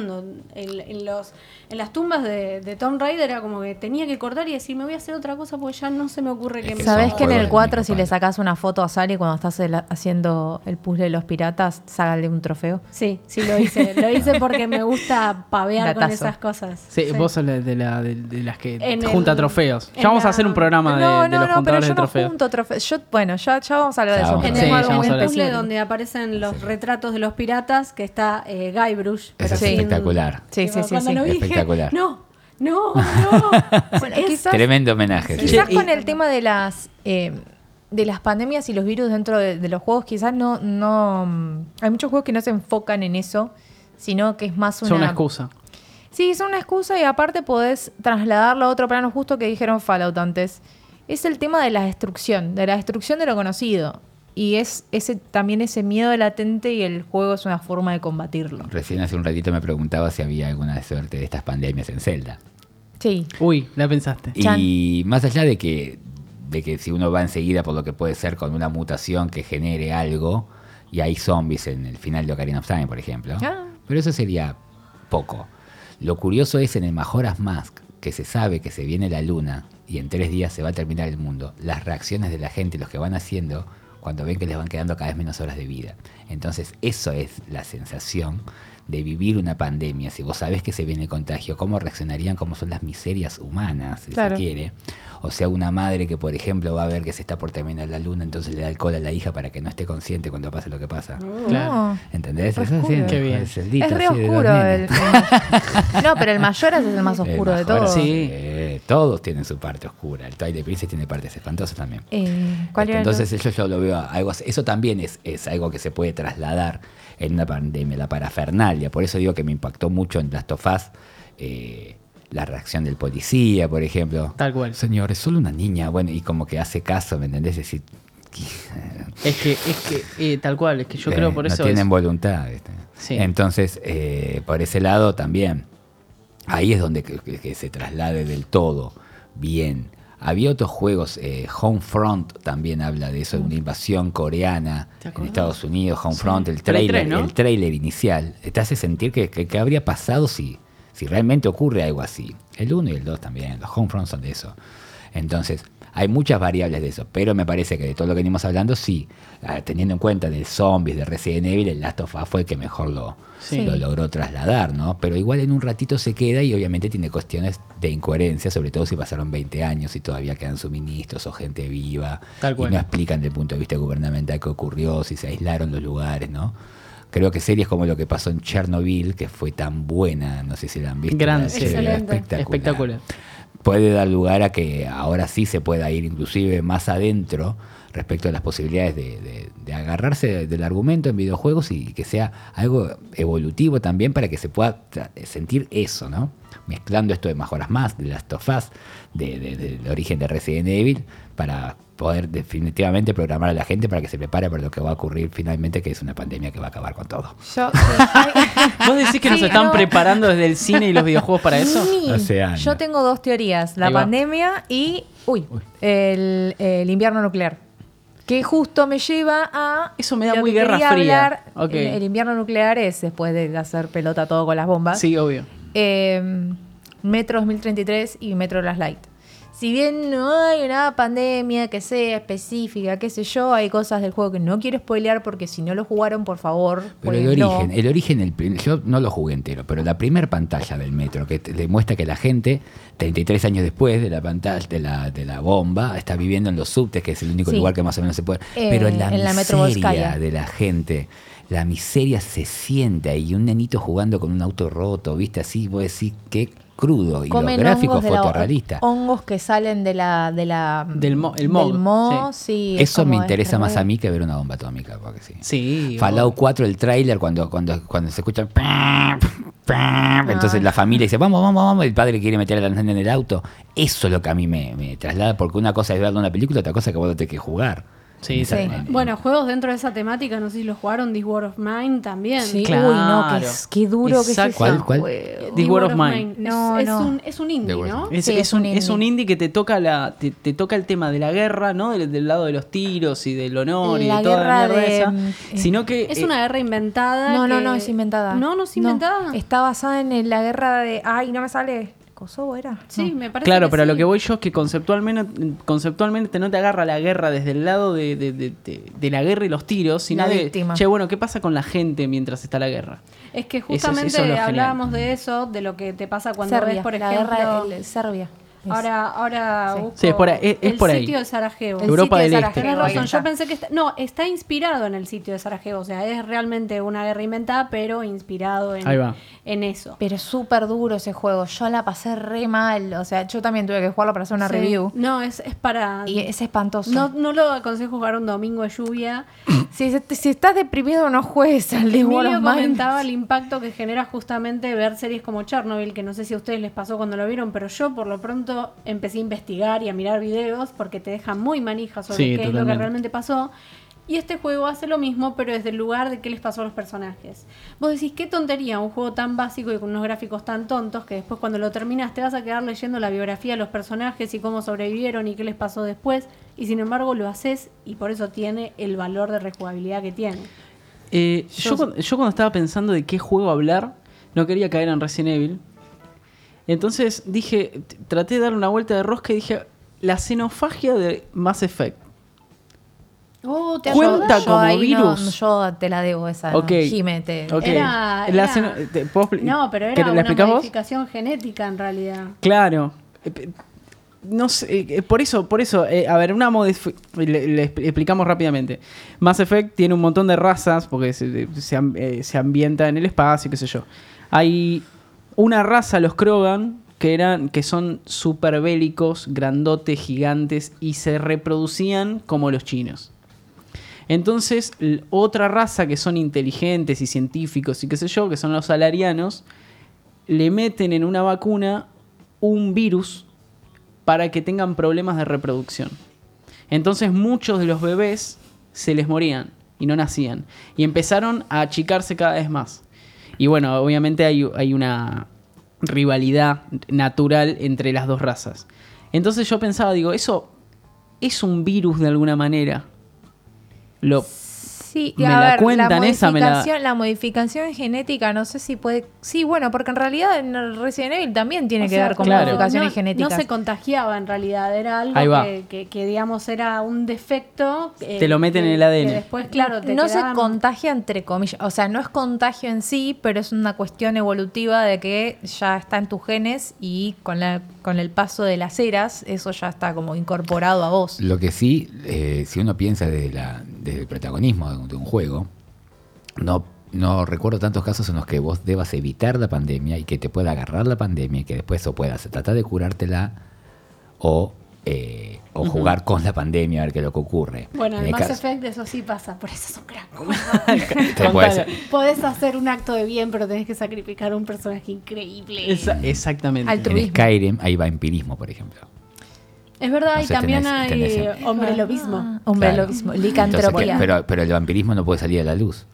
Speaker 5: En, en los, en las tumbas de, de Tomb Raider era como que tenía que cortar y decir, me voy a hacer otra cosa porque ya no se me ocurre
Speaker 6: Es
Speaker 5: que
Speaker 6: que
Speaker 5: me
Speaker 4: ¿Sabés
Speaker 6: son
Speaker 4: que en
Speaker 6: juegos
Speaker 4: el
Speaker 6: de
Speaker 4: 4 si
Speaker 6: micropalo.
Speaker 4: le sacás una foto a Sally cuando estás el- haciendo el puzzle de los piratas, sácale un trofeo?
Speaker 5: Sí, sí lo hice. Lo hice porque me gusta pavear con
Speaker 4: Datazo.
Speaker 5: esas cosas.
Speaker 3: Sí,
Speaker 5: Sí.
Speaker 3: vos sos la- de, la- de- de las que
Speaker 5: En el-
Speaker 3: junta trofeos.
Speaker 5: en
Speaker 3: Ya vamos
Speaker 5: la-
Speaker 3: a hacer un programa de, de los juntadores de
Speaker 4: yo no
Speaker 3: trofeos.
Speaker 4: junto trofeos. Yo, bueno, ya, ya vamos a hablar de
Speaker 6: Ya
Speaker 4: eso.
Speaker 6: vamos
Speaker 4: porque
Speaker 5: En
Speaker 6: a
Speaker 5: el,
Speaker 3: Sí,
Speaker 4: tengo algo
Speaker 5: en
Speaker 3: vamos
Speaker 4: muy
Speaker 5: el
Speaker 3: a hablar.
Speaker 5: puzzle
Speaker 4: específico.
Speaker 5: donde aparecen los retratos de los piratas, que está eh, Guybrush. pero
Speaker 6: es
Speaker 5: sin-
Speaker 6: espectacular.
Speaker 4: Sí, sí, sí,
Speaker 5: Cuando
Speaker 4: sí.
Speaker 5: lo vi, dije,
Speaker 6: Espectacular.
Speaker 5: no, no, no.
Speaker 4: Bueno,
Speaker 5: Es-
Speaker 4: quizás,
Speaker 6: Tremendo homenaje. sí.
Speaker 4: quizás
Speaker 3: Sí, y-
Speaker 4: con el tema de las eh, de las pandemias y los virus dentro de, de los juegos, quizás no, no mm, hay muchos juegos que no se enfocan en eso, sino que es más
Speaker 3: Es una excusa.
Speaker 4: Sí, es una excusa y aparte podés trasladarlo a otro plano justo que dijeron Fallout antes. Es el tema de la destrucción, de la destrucción de lo conocido. Y es ese también ese miedo latente y el juego es una forma de combatirlo.
Speaker 6: Recién hace un ratito me preguntaba si había alguna suerte de estas pandemias en Zelda.
Speaker 4: Sí.
Speaker 3: Uy, la pensaste.
Speaker 4: Chan.
Speaker 6: Y más allá de que, de que si uno va enseguida por lo que puede ser con una mutación que genere algo, y hay zombies en el final de Ocarina of Time, por ejemplo.
Speaker 4: Ah.
Speaker 6: Pero eso sería poco. Lo curioso es en el Majora's Mask, que se sabe que se viene la luna y en tres días se va a terminar el mundo, las reacciones de la gente, los que van haciendo, cuando ven que les van quedando cada vez menos horas de vida. Entonces, eso es la sensación de vivir una pandemia. Si vos sabés que se viene el contagio, ¿cómo reaccionarían? ¿Cómo son las miserias humanas, si
Speaker 4: Claro.
Speaker 6: se quiere? O sea, una madre que, por ejemplo, va a ver que se está por terminar la luna, entonces le da alcohol a la hija para que no esté consciente cuando pase lo que pasa.
Speaker 3: Claro.
Speaker 4: No.
Speaker 6: ¿Entendés?
Speaker 4: Ah. Re
Speaker 6: Eso sí,
Speaker 4: oscuro.
Speaker 3: Qué bien.
Speaker 6: el celdito,
Speaker 4: Es re
Speaker 6: así, de los
Speaker 4: oscuro.
Speaker 6: nenes.
Speaker 4: El, el- no, pero el mayor es el más oscuro
Speaker 6: El
Speaker 4: de
Speaker 6: mejor,
Speaker 4: todos.
Speaker 3: Sí.
Speaker 6: eh, todos tienen su parte oscura. El Twilight Princess tiene partes espantosas también.
Speaker 4: Eh, ¿Cuál
Speaker 6: Este,
Speaker 4: era el
Speaker 6: Entonces eso yo lo veo a- algo así. Eso también es, es algo que se puede trasladar en una pandemia, la parafernalia. Por eso digo que me impactó mucho en Last of Us eh, la reacción del policía, por ejemplo.
Speaker 3: Tal cual.
Speaker 6: Señor, es solo una niña. Bueno, y como que hace caso, ¿me entendés? Es decir,
Speaker 3: Es que, es que, eh, tal cual, es que yo
Speaker 6: eh,
Speaker 3: creo por eso.
Speaker 6: No tienen
Speaker 3: es-
Speaker 6: voluntad. ¿viste?
Speaker 3: Sí.
Speaker 6: Entonces, eh, por ese lado también. Ahí es donde que, que- que se traslade del todo. Bien. Había otros juegos, eh, Homefront también habla de eso, de una invasión coreana
Speaker 3: Mm. ¿Te
Speaker 6: en
Speaker 3: acordás?
Speaker 6: Estados Unidos, Homefront, el
Speaker 3: Play
Speaker 6: trailer,
Speaker 3: tres, ¿no?
Speaker 6: el trailer inicial, te hace sentir que, que- que habría pasado si, si realmente ocurre algo así. El 1 y el 2 también, los Homefront son de eso. Entonces, hay muchas variables de eso, pero me parece que de todo lo que venimos hablando, sí, ah, teniendo en cuenta de zombies, de Resident Evil, el Last of Us fue el que mejor lo,
Speaker 3: Sí.
Speaker 6: lo logró trasladar, ¿no? Pero igual en un ratito se queda y obviamente tiene cuestiones de incoherencia, sobre todo si pasaron 20 años y todavía quedan suministros o gente viva.
Speaker 3: Tal cual.
Speaker 6: Y no explican desde el punto de vista gubernamental qué ocurrió, si se aislaron los lugares, ¿no? Creo que series como lo que pasó en Chernobyl, que fue tan buena, no sé si la han visto.
Speaker 3: Gran
Speaker 6: la
Speaker 3: serie.
Speaker 6: serie,
Speaker 5: Excelente.
Speaker 3: Espectacular.
Speaker 6: puede dar lugar a que ahora sí se pueda ir inclusive más adentro respecto a las posibilidades de, de- de agarrarse de- del argumento en videojuegos y que sea algo evolutivo también para que se pueda tra- sentir eso, ¿no? Mezclando esto de Majoras Más, de Last of Us, de- de- del origen de Resident Evil, para poder definitivamente programar a la gente para que se prepare para lo que va a ocurrir finalmente, que es una pandemia que va a acabar con todo.
Speaker 4: Yo, sí.
Speaker 3: eh, ¿Vos decís que nos
Speaker 4: Ah, Sí,
Speaker 3: están
Speaker 4: no.
Speaker 3: preparando desde el cine y los videojuegos para eso?
Speaker 4: Sí.
Speaker 6: Hace años.
Speaker 4: Yo tengo dos teorías, la
Speaker 3: Ahí va.
Speaker 4: pandemia y uy, El, el invierno nuclear. Que justo me lleva a...
Speaker 3: Eso me da
Speaker 4: lo
Speaker 3: muy
Speaker 4: que
Speaker 3: Guerra
Speaker 4: quería
Speaker 3: Fría.
Speaker 4: hablar.
Speaker 3: Ok.
Speaker 4: El, el invierno nuclear es después de hacer pelota todo con las bombas. em,
Speaker 3: Sí, obvio.
Speaker 4: Eh, Metro 2033 y Metro Last Light. si bien no hay una pandemia que sea específica, qué sé yo, hay cosas del juego que no quiero spoilear porque si no lo jugaron, por favor. pues
Speaker 6: Pero el
Speaker 4: jueguenlo.
Speaker 6: origen, el origen, el prim- yo no lo jugué entero, pero la primera pantalla del metro que te demuestra que la gente, 33 años después de la pantalla, de la, de la bomba, está viviendo en los subtes, que es el único
Speaker 4: Sí.
Speaker 6: lugar que más o menos se puede.
Speaker 4: Eh,
Speaker 6: pero la
Speaker 4: en la Metro
Speaker 6: miseria
Speaker 4: Volskaya.
Speaker 6: de la gente, la miseria se siente ahí, un nenito jugando con un auto roto, viste así, vos decís, qué crudo. Y
Speaker 4: Comen
Speaker 6: los gráficos
Speaker 4: hongos de la-
Speaker 6: fotorrealistas.
Speaker 4: hongos que salen de la. De la
Speaker 3: Del mo- el mog,
Speaker 4: del mo, sí, es
Speaker 6: Eso me
Speaker 4: como es
Speaker 6: interesa más
Speaker 4: re-
Speaker 6: a mí que ver una bomba atómica, porque sí.
Speaker 3: Sí.
Speaker 6: Fallout 4, el tráiler, cuando, cuando, cuando se escucha... pam, pam,
Speaker 3: Ah.
Speaker 6: Entonces la familia dice, vamos, vamos, vamos, el padre quiere meter a la nena en el auto. Eso es lo que a mí me, me traslada, porque una cosa es verlo en una película, otra cosa es que vos lo tenés que jugar.
Speaker 3: Sí,
Speaker 6: Esa-
Speaker 4: sí.
Speaker 6: en-
Speaker 5: Bueno, juegos dentro de esa temática, no sé si los jugaron, This War of Mine también.
Speaker 4: Sí,
Speaker 3: Claro.
Speaker 4: Uy, no, qué, es- qué duro que es
Speaker 3: Exacto.
Speaker 6: ¿Cuál,
Speaker 4: ese
Speaker 6: cuál?
Speaker 4: juego.
Speaker 5: This
Speaker 3: This War of Mine.
Speaker 5: No,
Speaker 4: No,
Speaker 5: es,
Speaker 4: no.
Speaker 5: un, es un indie,
Speaker 6: The War of
Speaker 5: ¿no?
Speaker 6: Mine.
Speaker 3: Es,
Speaker 4: Sí,
Speaker 3: es
Speaker 4: es
Speaker 3: un,
Speaker 4: un
Speaker 3: es un
Speaker 4: indie.
Speaker 3: indie que te toca la te, te toca el tema de la guerra, ¿no? Del, del lado de los tiros y del honor y
Speaker 4: La
Speaker 3: de toda la
Speaker 4: guerra
Speaker 3: mierda
Speaker 4: de-
Speaker 3: esa.
Speaker 4: eh,
Speaker 3: Sino que
Speaker 5: Es
Speaker 3: eh,
Speaker 5: una guerra inventada.
Speaker 4: No, no,
Speaker 5: que-
Speaker 4: no, es inventada.
Speaker 5: No, no es inventada.
Speaker 4: está basada en la guerra de. Ay, no me sale. ¿Kosovo era?
Speaker 5: Sí,
Speaker 4: No.
Speaker 5: me parece.
Speaker 3: Claro, pero a lo
Speaker 5: sí.
Speaker 3: que voy yo es que conceptualmente, conceptualmente no te agarra la guerra desde el lado de, de- de- de- de la guerra y los tiros, sino
Speaker 4: La
Speaker 3: de,
Speaker 4: víctima.
Speaker 3: che, bueno, ¿qué pasa con la gente mientras está la guerra?
Speaker 5: Es que
Speaker 3: es- eso es
Speaker 5: justamente
Speaker 3: lo genial.
Speaker 5: hablábamos de eso, de lo que te pasa cuando
Speaker 4: Serbia,
Speaker 5: ves, por
Speaker 4: la
Speaker 5: ejemplo.
Speaker 4: guerra de Serbia. Es-
Speaker 5: Ahora, ahora
Speaker 4: Sí.
Speaker 5: busco
Speaker 3: Sí, es por ahí, es- es
Speaker 5: el
Speaker 3: por ahí.
Speaker 5: sitio de Sarajevo.
Speaker 4: El
Speaker 3: Europa
Speaker 4: sitio de
Speaker 3: del Este,
Speaker 4: Sarajevo,
Speaker 5: Tenés
Speaker 4: ahí
Speaker 5: razón, yo
Speaker 4: está.
Speaker 5: pensé que está, no, está inspirado en el sitio de Sarajevo, o sea, es realmente una guerra inventada, pero inspirado en,
Speaker 3: Ahí va.
Speaker 5: en eso.
Speaker 4: Pero es súper duro ese juego. Yo la pasé re mal. O sea, yo también tuve que jugarlo para hacer una
Speaker 5: Sí.
Speaker 4: review.
Speaker 5: No, es, es para...
Speaker 4: Y es espantoso.
Speaker 5: no, no lo aconsejo jugar un domingo de lluvia.
Speaker 4: Si, si estás deprimido, no juegues al de War
Speaker 5: Emilio
Speaker 4: of Mine.
Speaker 5: comentaba el impacto que genera justamente ver series como Chernobyl, que no sé si a ustedes les pasó cuando lo vieron, pero yo por lo pronto empecé a investigar y a mirar videos porque te dejan muy manija sobre
Speaker 3: Sí,
Speaker 5: qué es lo que
Speaker 3: totalmente.
Speaker 5: realmente pasó. Y este juego hace lo mismo, pero desde el lugar de qué les pasó a los personajes. Vos decís, qué tontería, un juego tan básico y con unos gráficos tan tontos que después cuando lo terminas te vas a quedar leyendo la biografía de los personajes y cómo sobrevivieron y qué les pasó después. Y sin embargo lo haces y por eso tiene el valor de rejugabilidad que tiene.
Speaker 3: Eh, yo, cuan- yo cuando, estaba pensando de qué juego hablar, no quería caer en Resident Evil. Entonces dije, t- traté de darle una vuelta de rosca y dije, la xenofagia de Mass Effect.
Speaker 5: Oh, ¿te
Speaker 3: Cuenta
Speaker 4: Yo
Speaker 5: acordás?
Speaker 3: como
Speaker 4: ahí no-
Speaker 3: virus.
Speaker 4: yo te la debo esa. ¿no?
Speaker 3: Ok.
Speaker 4: Jime, te-
Speaker 3: Ok.
Speaker 5: Era-
Speaker 3: La
Speaker 5: era-
Speaker 3: xeno- te- ¿puedo expli-
Speaker 5: No, pero
Speaker 3: ¿querés-
Speaker 5: era
Speaker 3: ¿la
Speaker 5: una
Speaker 3: explicás vos?
Speaker 5: modificación genética en realidad.
Speaker 3: Claro. Eh, pe- No sé, eh, por eso, por eso, eh, a ver, una modif- le, le expl- explicamos rápidamente. Mass Effect tiene un montón de razas, porque se, se am- eh, se ambienta en el espacio, qué sé yo. Hay una raza, los Krogan, que eran, que son super bélicos, grandotes, gigantes, y se reproducían como los chinos. Entonces, l- otra raza que son inteligentes y científicos y qué sé yo, que son los salarianos, le meten en una vacuna un virus para que tengan problemas de reproducción. Entonces muchos de los bebés se les morían y no nacían. Y empezaron a achicarse cada vez más. Y bueno, obviamente hay, hay una rivalidad natural entre las dos razas. Entonces yo pensaba, digo, eso es un virus de alguna manera. Lo,
Speaker 4: Sí,
Speaker 3: Me
Speaker 4: a
Speaker 3: la
Speaker 4: ver,
Speaker 3: cuentan,
Speaker 4: la
Speaker 3: esa me la-
Speaker 4: modificación- la modificación genética, no sé si puede. Sí, bueno, porque en realidad en Resident Evil también tiene
Speaker 5: O
Speaker 4: que
Speaker 5: sea,
Speaker 4: ver con
Speaker 5: como
Speaker 3: claro.
Speaker 4: modificaciones
Speaker 5: no-
Speaker 4: genéticas.
Speaker 5: No se contagiaba en realidad, era algo
Speaker 3: Ahí va.
Speaker 5: que, que- que, digamos era un defecto. eh,
Speaker 3: Te lo meten
Speaker 5: que-
Speaker 3: en el ADN.
Speaker 5: que después, claro, te
Speaker 4: no
Speaker 5: quedaban-
Speaker 4: se contagia entre comillas, o sea, no es contagio en sí, pero es una cuestión evolutiva de que ya está en tus genes y con, la, con el paso de las eras eso ya está como incorporado a vos.
Speaker 6: Lo que sí, eh, si uno piensa desde, la, desde el protagonismo de un, de un juego, no, no recuerdo tantos casos en los que vos debas evitar la pandemia y que te pueda agarrar la pandemia y que después o puedas tratar de curártela o, eh, o jugar con la pandemás a ver qué es lo que ocurre.
Speaker 5: Bueno,
Speaker 6: En
Speaker 5: el
Speaker 6: el
Speaker 5: Mass
Speaker 6: caso-
Speaker 5: Effect eso sí pasa, por eso es un crack.
Speaker 6: te puedes-
Speaker 3: Contalo.
Speaker 5: Podés hacer un acto de bien, pero tenés que sacrificar a un personaje increíble.
Speaker 3: Esa- exactamente.
Speaker 4: Al-
Speaker 6: en
Speaker 4: Altruismo.
Speaker 6: Skyrim hay vampirismo, por ejemplo.
Speaker 5: Es verdad, y
Speaker 6: Entonces
Speaker 5: también
Speaker 6: tenés-
Speaker 5: hay
Speaker 6: tenés-
Speaker 5: hombre lobismo.
Speaker 4: Ah, hombre,
Speaker 6: Claro.
Speaker 4: lo mismo,
Speaker 6: Entonces,
Speaker 4: licantropía.
Speaker 6: te- pero, pero el vampirismo no puede salir a la luz.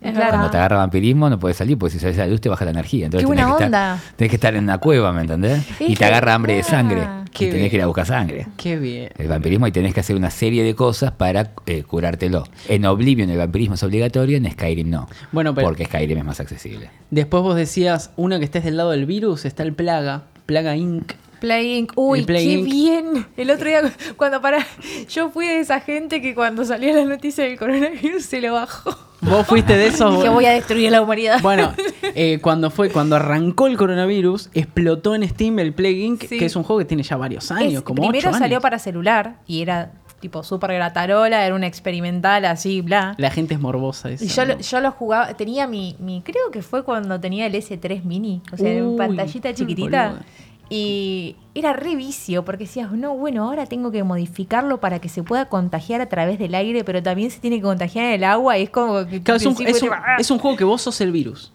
Speaker 5: Es
Speaker 4: Claro.
Speaker 5: verdad.
Speaker 6: Cuando te agarra vampirismo no puedes salir, porque si sales a la luz te baja la energía. Entonces
Speaker 4: Qué
Speaker 6: tenés,
Speaker 4: buena
Speaker 6: que estar,
Speaker 4: onda.
Speaker 6: tenés que estar en una cueva, ¿me entendés? Y te
Speaker 4: Dije,
Speaker 6: agarra hambre de
Speaker 4: ah,
Speaker 6: sangre.
Speaker 3: qué
Speaker 6: Y tenés que ir
Speaker 3: bien.
Speaker 6: a buscar sangre.
Speaker 3: Qué bien.
Speaker 6: El vampirismo y tenés que hacer una serie de cosas para eh, curártelo. En Oblivion el vampirismo es obligatorio, en Skyrim no.
Speaker 3: Bueno, pero-
Speaker 6: Porque Skyrim es más accesible.
Speaker 3: Después vos decías, uno que estés del lado del virus, está el Plaga, Plaga Inc.
Speaker 4: Play Inc. Uy,
Speaker 3: El Play
Speaker 4: qué
Speaker 3: Inc.
Speaker 4: bien. El otro día, cuando para. Yo fui de esa gente que cuando salió la noticia del coronavirus se lo bajó.
Speaker 3: Vos fuiste de esos.
Speaker 4: Dije, voy a destruir la humanidad.
Speaker 3: Bueno, eh, cuando fue, cuando arrancó el coronavirus, explotó en Steam el Plague Inc,
Speaker 4: Sí.
Speaker 3: que es un juego que tiene ya varios
Speaker 4: Es-
Speaker 3: años, como
Speaker 4: primero
Speaker 3: ocho
Speaker 4: salió
Speaker 3: años.
Speaker 4: para celular y era tipo súper gratarola, era un experimental así, bla.
Speaker 3: La gente es morbosa. Esa,
Speaker 4: Y yo, lo-
Speaker 3: ¿no?
Speaker 4: yo lo jugaba, tenía mi, mi, creo que fue cuando tenía el S3 mini, o sea, era
Speaker 3: Uy,
Speaker 4: una pantallita chiquitita.
Speaker 3: boluda.
Speaker 4: Y era re vicio, porque decías, no, bueno, ahora tengo que modificarlo para que se pueda contagiar a través del aire, pero también se tiene que contagiar en el agua, y es como que...
Speaker 3: Claro, es, un,
Speaker 4: decís,
Speaker 3: es un-
Speaker 4: bueno, ah.
Speaker 3: es un juego que vos sos el virus.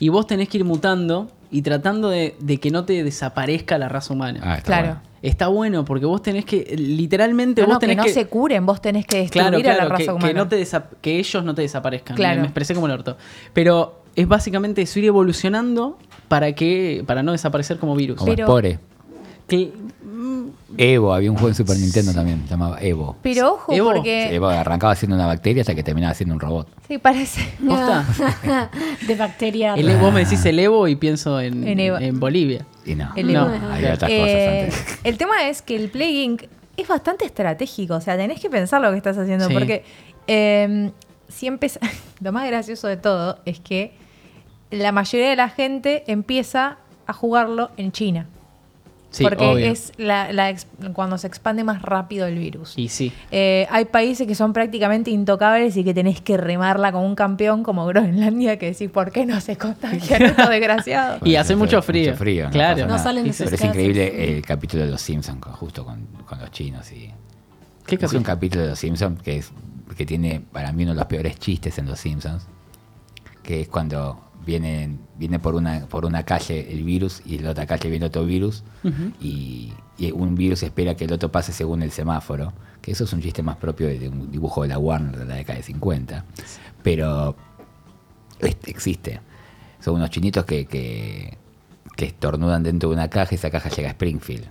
Speaker 3: Y vos tenés que ir mutando y tratando de, de que no te desaparezca la raza humana.
Speaker 6: Ah, está
Speaker 4: Claro.
Speaker 6: bueno.
Speaker 3: Está bueno porque vos tenés que, literalmente
Speaker 4: No,
Speaker 3: vos
Speaker 4: "Ah, no, que
Speaker 3: tenés
Speaker 4: no
Speaker 3: que...
Speaker 4: se curen, vos tenés que destruir
Speaker 3: claro,
Speaker 4: a la
Speaker 3: claro,
Speaker 4: raza
Speaker 3: que, que
Speaker 4: humana.
Speaker 3: no te desa- que ellos no te desaparezcan.
Speaker 4: Claro.
Speaker 3: Me, me expresé como el orto. Pero es básicamente eso, ir evolucionando para que para no desaparecer como virus.
Speaker 6: Como
Speaker 4: Pero-
Speaker 6: Spore.
Speaker 3: Que-
Speaker 6: Evo, había un juego en Super Nintendo también, se llamaba Evo.
Speaker 4: Pero ojo,
Speaker 3: Evo,
Speaker 4: porque...
Speaker 6: Evo arrancaba siendo una bacteria hasta que terminaba siendo un robot.
Speaker 4: Sí, parece...
Speaker 3: ¿posta?
Speaker 5: de bacteria.
Speaker 3: El- e, vos me decís el Evo y pienso en,
Speaker 4: En Evo.
Speaker 3: en Bolivia.
Speaker 6: Y no,
Speaker 4: El
Speaker 3: No,
Speaker 4: Evo.
Speaker 6: había otras
Speaker 4: Eh,
Speaker 6: cosas antes.
Speaker 4: El tema es que el Play Inc. es bastante estratégico. O sea, tenés que pensar lo que estás haciendo.
Speaker 3: Sí.
Speaker 4: Porque eh, si empieza. Lo más gracioso de todo es que la mayoría de la gente empieza a jugarlo en China.
Speaker 3: Sí,
Speaker 4: porque
Speaker 3: obvio.
Speaker 4: es la, la ex- cuando se expande más rápido el virus.
Speaker 3: Y sí.
Speaker 4: Eh, hay países que son prácticamente intocables y que tenés que remarla como un campeón, como Groenlandia, que decís, ¿por qué no se contagian estos desgraciados?
Speaker 3: Y hace mucho frío.
Speaker 6: Mucho frío, no
Speaker 3: claro.
Speaker 6: pasa
Speaker 5: No
Speaker 6: nada.
Speaker 5: salen de sus
Speaker 6: Pero es
Speaker 5: casas.
Speaker 6: increíble el capítulo de los Simpsons, con- justo con, con los chinos. y
Speaker 3: ¿Qué
Speaker 6: Es un
Speaker 3: capítulo?
Speaker 6: capítulo de los Simpsons que, es, que tiene para mí uno de los peores chistes en los Simpsons, que es cuando vienen, viene por una, por una calle el virus y en la otra calle viene otro virus y, y un virus espera que el otro pase según el semáforo, que eso es un chiste más propio de, de un dibujo de la Warner de la década de 50, pero este, existe. Son unos chinitos que, que, que estornudan dentro de una caja y esa caja llega a Springfield.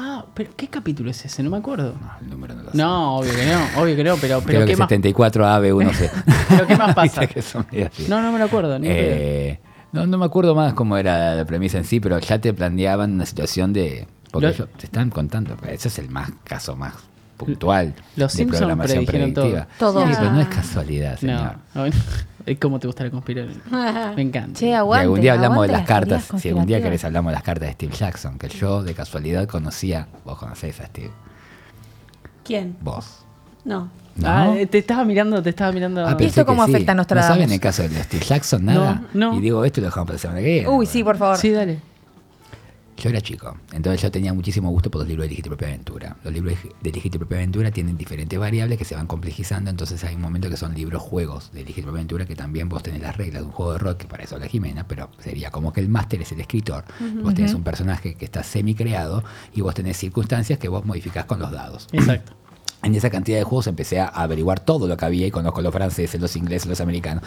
Speaker 3: Ah, pero ¿qué capítulo es ese? No me acuerdo.
Speaker 6: No, el número no lo sé.
Speaker 3: No, obvio que no, obvio que no, pero, pero
Speaker 6: Creo
Speaker 3: ¿qué
Speaker 6: que
Speaker 3: más?
Speaker 6: 74 AB, uno se...
Speaker 3: pero ¿qué más pasa?
Speaker 6: Viste que son medio así.
Speaker 3: No, no me lo acuerdo. ni idea.
Speaker 6: Eh, no, no me acuerdo más cómo era la premisa en sí, pero ya te planteaban una situación de. Porque
Speaker 3: Lo-
Speaker 6: ellos te están contando, pero ese es el más caso más puntual
Speaker 3: Los
Speaker 6: de
Speaker 3: Simpson
Speaker 6: programación
Speaker 3: predijeron
Speaker 6: predictiva.
Speaker 4: todo. Todo.
Speaker 6: Sí, pero no es
Speaker 5: Ah.
Speaker 6: casualidad, señor.
Speaker 3: No, es como te gusta la conspiración. Me encanta.
Speaker 4: Che,
Speaker 6: Y
Speaker 4: aguante,
Speaker 6: algún día hablamos de
Speaker 4: aguante
Speaker 6: las cartas.
Speaker 4: teorías
Speaker 6: Si algún día
Speaker 4: conspirativas.
Speaker 6: querés hablamos de las cartas de Steve Jackson, que yo de casualidad conocía. Vos conocés a Steve.
Speaker 5: ¿Quién?
Speaker 6: Vos.
Speaker 5: No.
Speaker 6: ¿No?
Speaker 3: Ah, eh, te estaba mirando, te estaba mirando.
Speaker 6: Ah, pensé
Speaker 4: ¿Esto cómo
Speaker 6: que sí.
Speaker 4: afecta a Nostradamus?
Speaker 6: ¿No saben el caso de los Steve Jackson? Nada.
Speaker 3: No, no.
Speaker 6: Y digo, esto lo dejamos para la semana que viene.
Speaker 4: Uy, sí, por favor.
Speaker 3: sí, dale.
Speaker 6: Yo era chico, entonces yo tenía muchísimo gusto por los libros de Elegir tu propia aventura. Los libros de Elegir tu propia aventura tienen diferentes variables que se van complejizando, entonces hay un momento que son libros juegos de Elegir tu propia aventura que también vos tenés las reglas de un juego de rol, que para eso habla Jimena, pero sería como que el máster es el escritor. Vos tenés un personaje que está semi-creado y vos tenés circunstancias que vos modificás con los dados.
Speaker 3: Exacto.
Speaker 6: En esa cantidad de juegos empecé a averiguar todo lo que había y conozco los franceses, los ingleses, los americanos.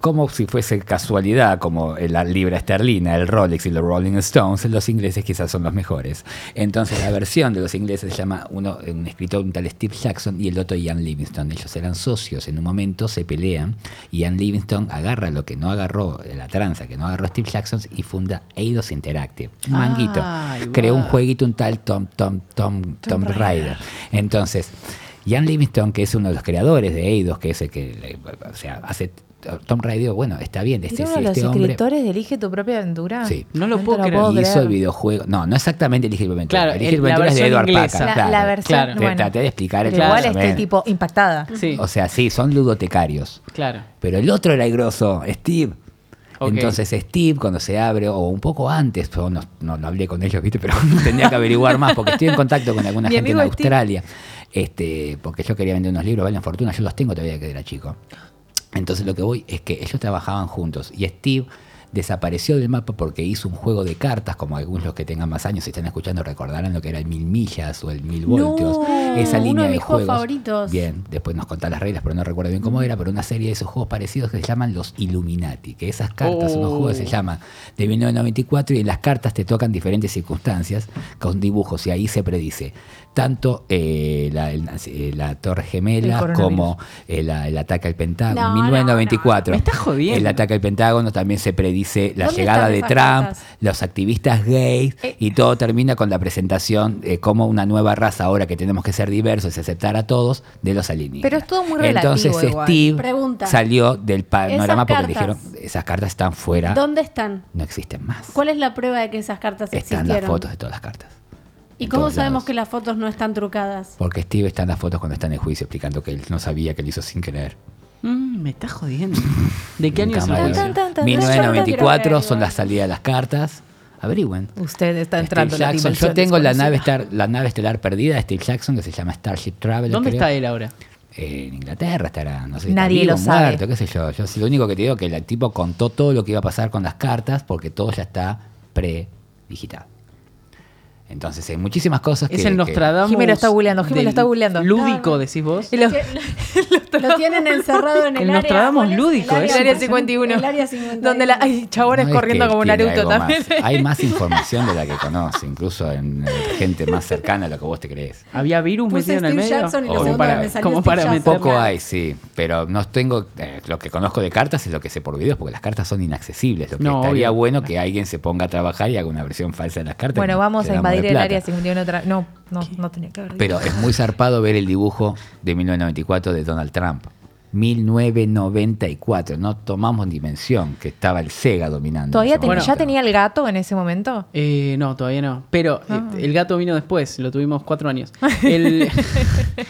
Speaker 6: Como si fuese casualidad, como la libra esterlina, el Rolex y los Rolling Stones, los ingleses quizás son los mejores. Entonces la versión de los ingleses se llama uno, un escritor, un tal Steve Jackson y el otro Ian Livingstone. Ellos eran socios, en un momento se pelean. Ian Livingstone agarra lo que no agarró, la tranza que no agarró Steve Jackson y funda Eidos Interactive. Un manguito.
Speaker 3: Ay,
Speaker 6: Creó un
Speaker 3: guau.
Speaker 6: jueguito, un tal Tom, Tom, Tom, Tom Rider. Entonces, Ian Livingstone, que es uno de los creadores de Eidos, que es el que le- o sea, hace Tom Rider, bueno, está bien,
Speaker 4: ¿Era
Speaker 6: este,
Speaker 4: uno de los
Speaker 6: este hombre.
Speaker 4: escritores de Elige tu propia aventura?
Speaker 6: Sí.
Speaker 3: No lo
Speaker 4: te
Speaker 3: puedo creer.
Speaker 6: Y hizo el videojuego. No, no exactamente Elige tu aventura.
Speaker 3: Claro, el-
Speaker 6: Elige tu
Speaker 3: la
Speaker 6: aventura es de
Speaker 3: versión
Speaker 6: Edward
Speaker 3: inglesa.
Speaker 6: Packard.
Speaker 4: La,
Speaker 6: claro.
Speaker 4: la versión,
Speaker 3: claro.
Speaker 6: Te
Speaker 4: bueno.
Speaker 6: traté de explicar el
Speaker 4: Pero igual
Speaker 6: más o
Speaker 4: este
Speaker 6: menos.
Speaker 4: tipo impactada.
Speaker 3: Sí,
Speaker 6: O sea, sí, son ludotecarios.
Speaker 3: claro.
Speaker 6: Pero el otro era el grosso, Steve.
Speaker 3: Ok.
Speaker 6: Entonces Steve cuando se abre, o un poco antes, yo no, no, no hablé con ellos, ¿viste? pero tendría que averiguar más, porque estoy en contacto con alguna
Speaker 4: Mi
Speaker 6: gente en
Speaker 4: amigo Steve.
Speaker 6: Australia, este, porque yo quería vender unos libros, valen fortuna, yo los tengo todavía que era chico. Entonces lo que voy es que ellos trabajaban juntos y Steve desapareció del mapa porque hizo un juego de cartas, como algunos los que tengan más años y están escuchando recordarán lo que era el mil millas o el mil voltios, esa
Speaker 5: uno
Speaker 6: línea
Speaker 5: de mis juegos
Speaker 6: juegos.
Speaker 5: favoritos.
Speaker 6: Bien, después nos contás las reglas, pero no recuerdo bien cómo era, pero una serie de esos juegos parecidos que se llaman los Illuminati, que esas cartas, unos
Speaker 3: Oh.
Speaker 6: juegos que se llaman de 1994 y en las cartas te tocan diferentes circunstancias con dibujos y ahí se predice tanto eh, la, el- eh, la Torre
Speaker 4: El
Speaker 6: Gemela
Speaker 4: coronavirus.
Speaker 6: como el, el ataque al Pentágono,
Speaker 5: No, no,
Speaker 6: 1994.
Speaker 3: no. Me estás jodiendo.
Speaker 6: El ataque al Pentágono también se dice la
Speaker 5: ¿Dónde
Speaker 6: llegada
Speaker 5: están
Speaker 6: de
Speaker 5: esas
Speaker 6: Trump,
Speaker 5: cartas?
Speaker 6: los activistas gays,
Speaker 4: Eh.
Speaker 6: y todo termina con la presentación de cómo una nueva raza, ahora que tenemos que ser diversos y aceptar a todos, de los alienígenas.
Speaker 4: Pero es todo muy
Speaker 6: Entonces
Speaker 4: relativo igual.
Speaker 6: Steve
Speaker 5: Pregunta.
Speaker 6: salió del panorama
Speaker 5: Esas
Speaker 6: porque le dijeron,
Speaker 5: cartas.
Speaker 6: esas cartas están fuera,
Speaker 5: ¿Dónde están?
Speaker 6: no existen más.
Speaker 5: ¿Cuál es la prueba de que esas cartas
Speaker 6: Están
Speaker 5: existieron?
Speaker 6: las fotos de todas las cartas.
Speaker 5: ¿Y
Speaker 6: en
Speaker 5: cómo
Speaker 6: todos
Speaker 5: sabemos
Speaker 6: lados.
Speaker 5: que las fotos no están trucadas?
Speaker 6: Porque Steve está en las fotos cuando está en el juicio explicando que él no sabía que lo hizo sin querer.
Speaker 3: Mm, me estás jodiendo. ¿De qué año
Speaker 6: Nunca
Speaker 3: es el
Speaker 6: más lo
Speaker 3: juicio?
Speaker 6: hizo.
Speaker 4: tan, tan.
Speaker 6: 1994 son
Speaker 5: Yo no quiero
Speaker 6: las salidas de las cartas. Averigüen.
Speaker 4: Usted está
Speaker 6: Steve
Speaker 4: entrando en la
Speaker 6: Este Jackson.
Speaker 4: dimensión
Speaker 6: Yo tengo la nave,
Speaker 4: desconocida.
Speaker 6: estar, la nave estelar perdida de Steve Jackson que se llama Starship Traveler.
Speaker 3: ¿Dónde
Speaker 6: creo.
Speaker 3: está él ahora?
Speaker 6: En Inglaterra estará, no sé. si está
Speaker 4: Nadie
Speaker 6: vivo,
Speaker 4: lo sabe.
Speaker 6: Muerto, qué sé yo. Yo lo único que te digo es que el tipo contó todo lo que iba a pasar con las cartas porque todo ya está pre-digitado. Entonces hay muchísimas cosas
Speaker 3: Es
Speaker 6: que...
Speaker 3: el
Speaker 6: que-
Speaker 3: Nostradamus.
Speaker 4: Jimé lo está googleando, Jimé lo
Speaker 3: del
Speaker 4: está googleando.
Speaker 3: Lúdico, decís vos.
Speaker 4: Y lo-
Speaker 5: Lo tienen encerrado en el,
Speaker 3: El
Speaker 5: área.
Speaker 3: Nostradamus
Speaker 5: ¿cuál es?
Speaker 3: lúdico,
Speaker 5: El
Speaker 4: ¿eh?
Speaker 3: es
Speaker 5: área
Speaker 3: impresionante.
Speaker 5: 51. El área 51.
Speaker 4: Donde la, hay chabones
Speaker 6: No, es
Speaker 4: corriendo
Speaker 6: que
Speaker 4: como
Speaker 6: tiene
Speaker 4: Naruto
Speaker 6: algo más.
Speaker 4: también.
Speaker 6: Hay más información de la que conoce, incluso en eh, gente más cercana a lo que vos te crees.
Speaker 3: Había virus
Speaker 5: Puse
Speaker 3: metido en el
Speaker 5: Steve
Speaker 3: medio.
Speaker 5: Jackson y la
Speaker 6: Obvio.
Speaker 5: segunda
Speaker 6: Para-
Speaker 5: me salió
Speaker 3: como
Speaker 5: Steve
Speaker 3: para
Speaker 5: Jackson.
Speaker 6: Poco hay, sí, pero no tengo eh, lo que conozco de cartas es lo que sé por videos, porque las cartas son inaccesibles. Lo que
Speaker 3: No,
Speaker 6: estaría
Speaker 3: obvio.
Speaker 6: bueno que alguien se ponga a trabajar y haga una versión falsa de las cartas.
Speaker 4: Bueno,
Speaker 6: que
Speaker 4: vamos
Speaker 6: se
Speaker 4: a
Speaker 6: damos de
Speaker 4: invadir el
Speaker 6: plata.
Speaker 4: área 51 otra No, no, no tenía que haber dicho.
Speaker 6: Pero es muy zarpado ver el dibujo de 1994 de Donald Trump. 1994, no tomamos dimensión que estaba el Sega dominando.
Speaker 4: ¿Todavía
Speaker 6: en ese
Speaker 4: ten-
Speaker 3: Bueno.
Speaker 4: ya
Speaker 6: momento.
Speaker 4: tenía el gato en ese momento?
Speaker 3: Eh, no, todavía no. Pero
Speaker 5: Ah.
Speaker 3: eh, el gato vino después, lo tuvimos cuatro años. El-
Speaker 5: Ah.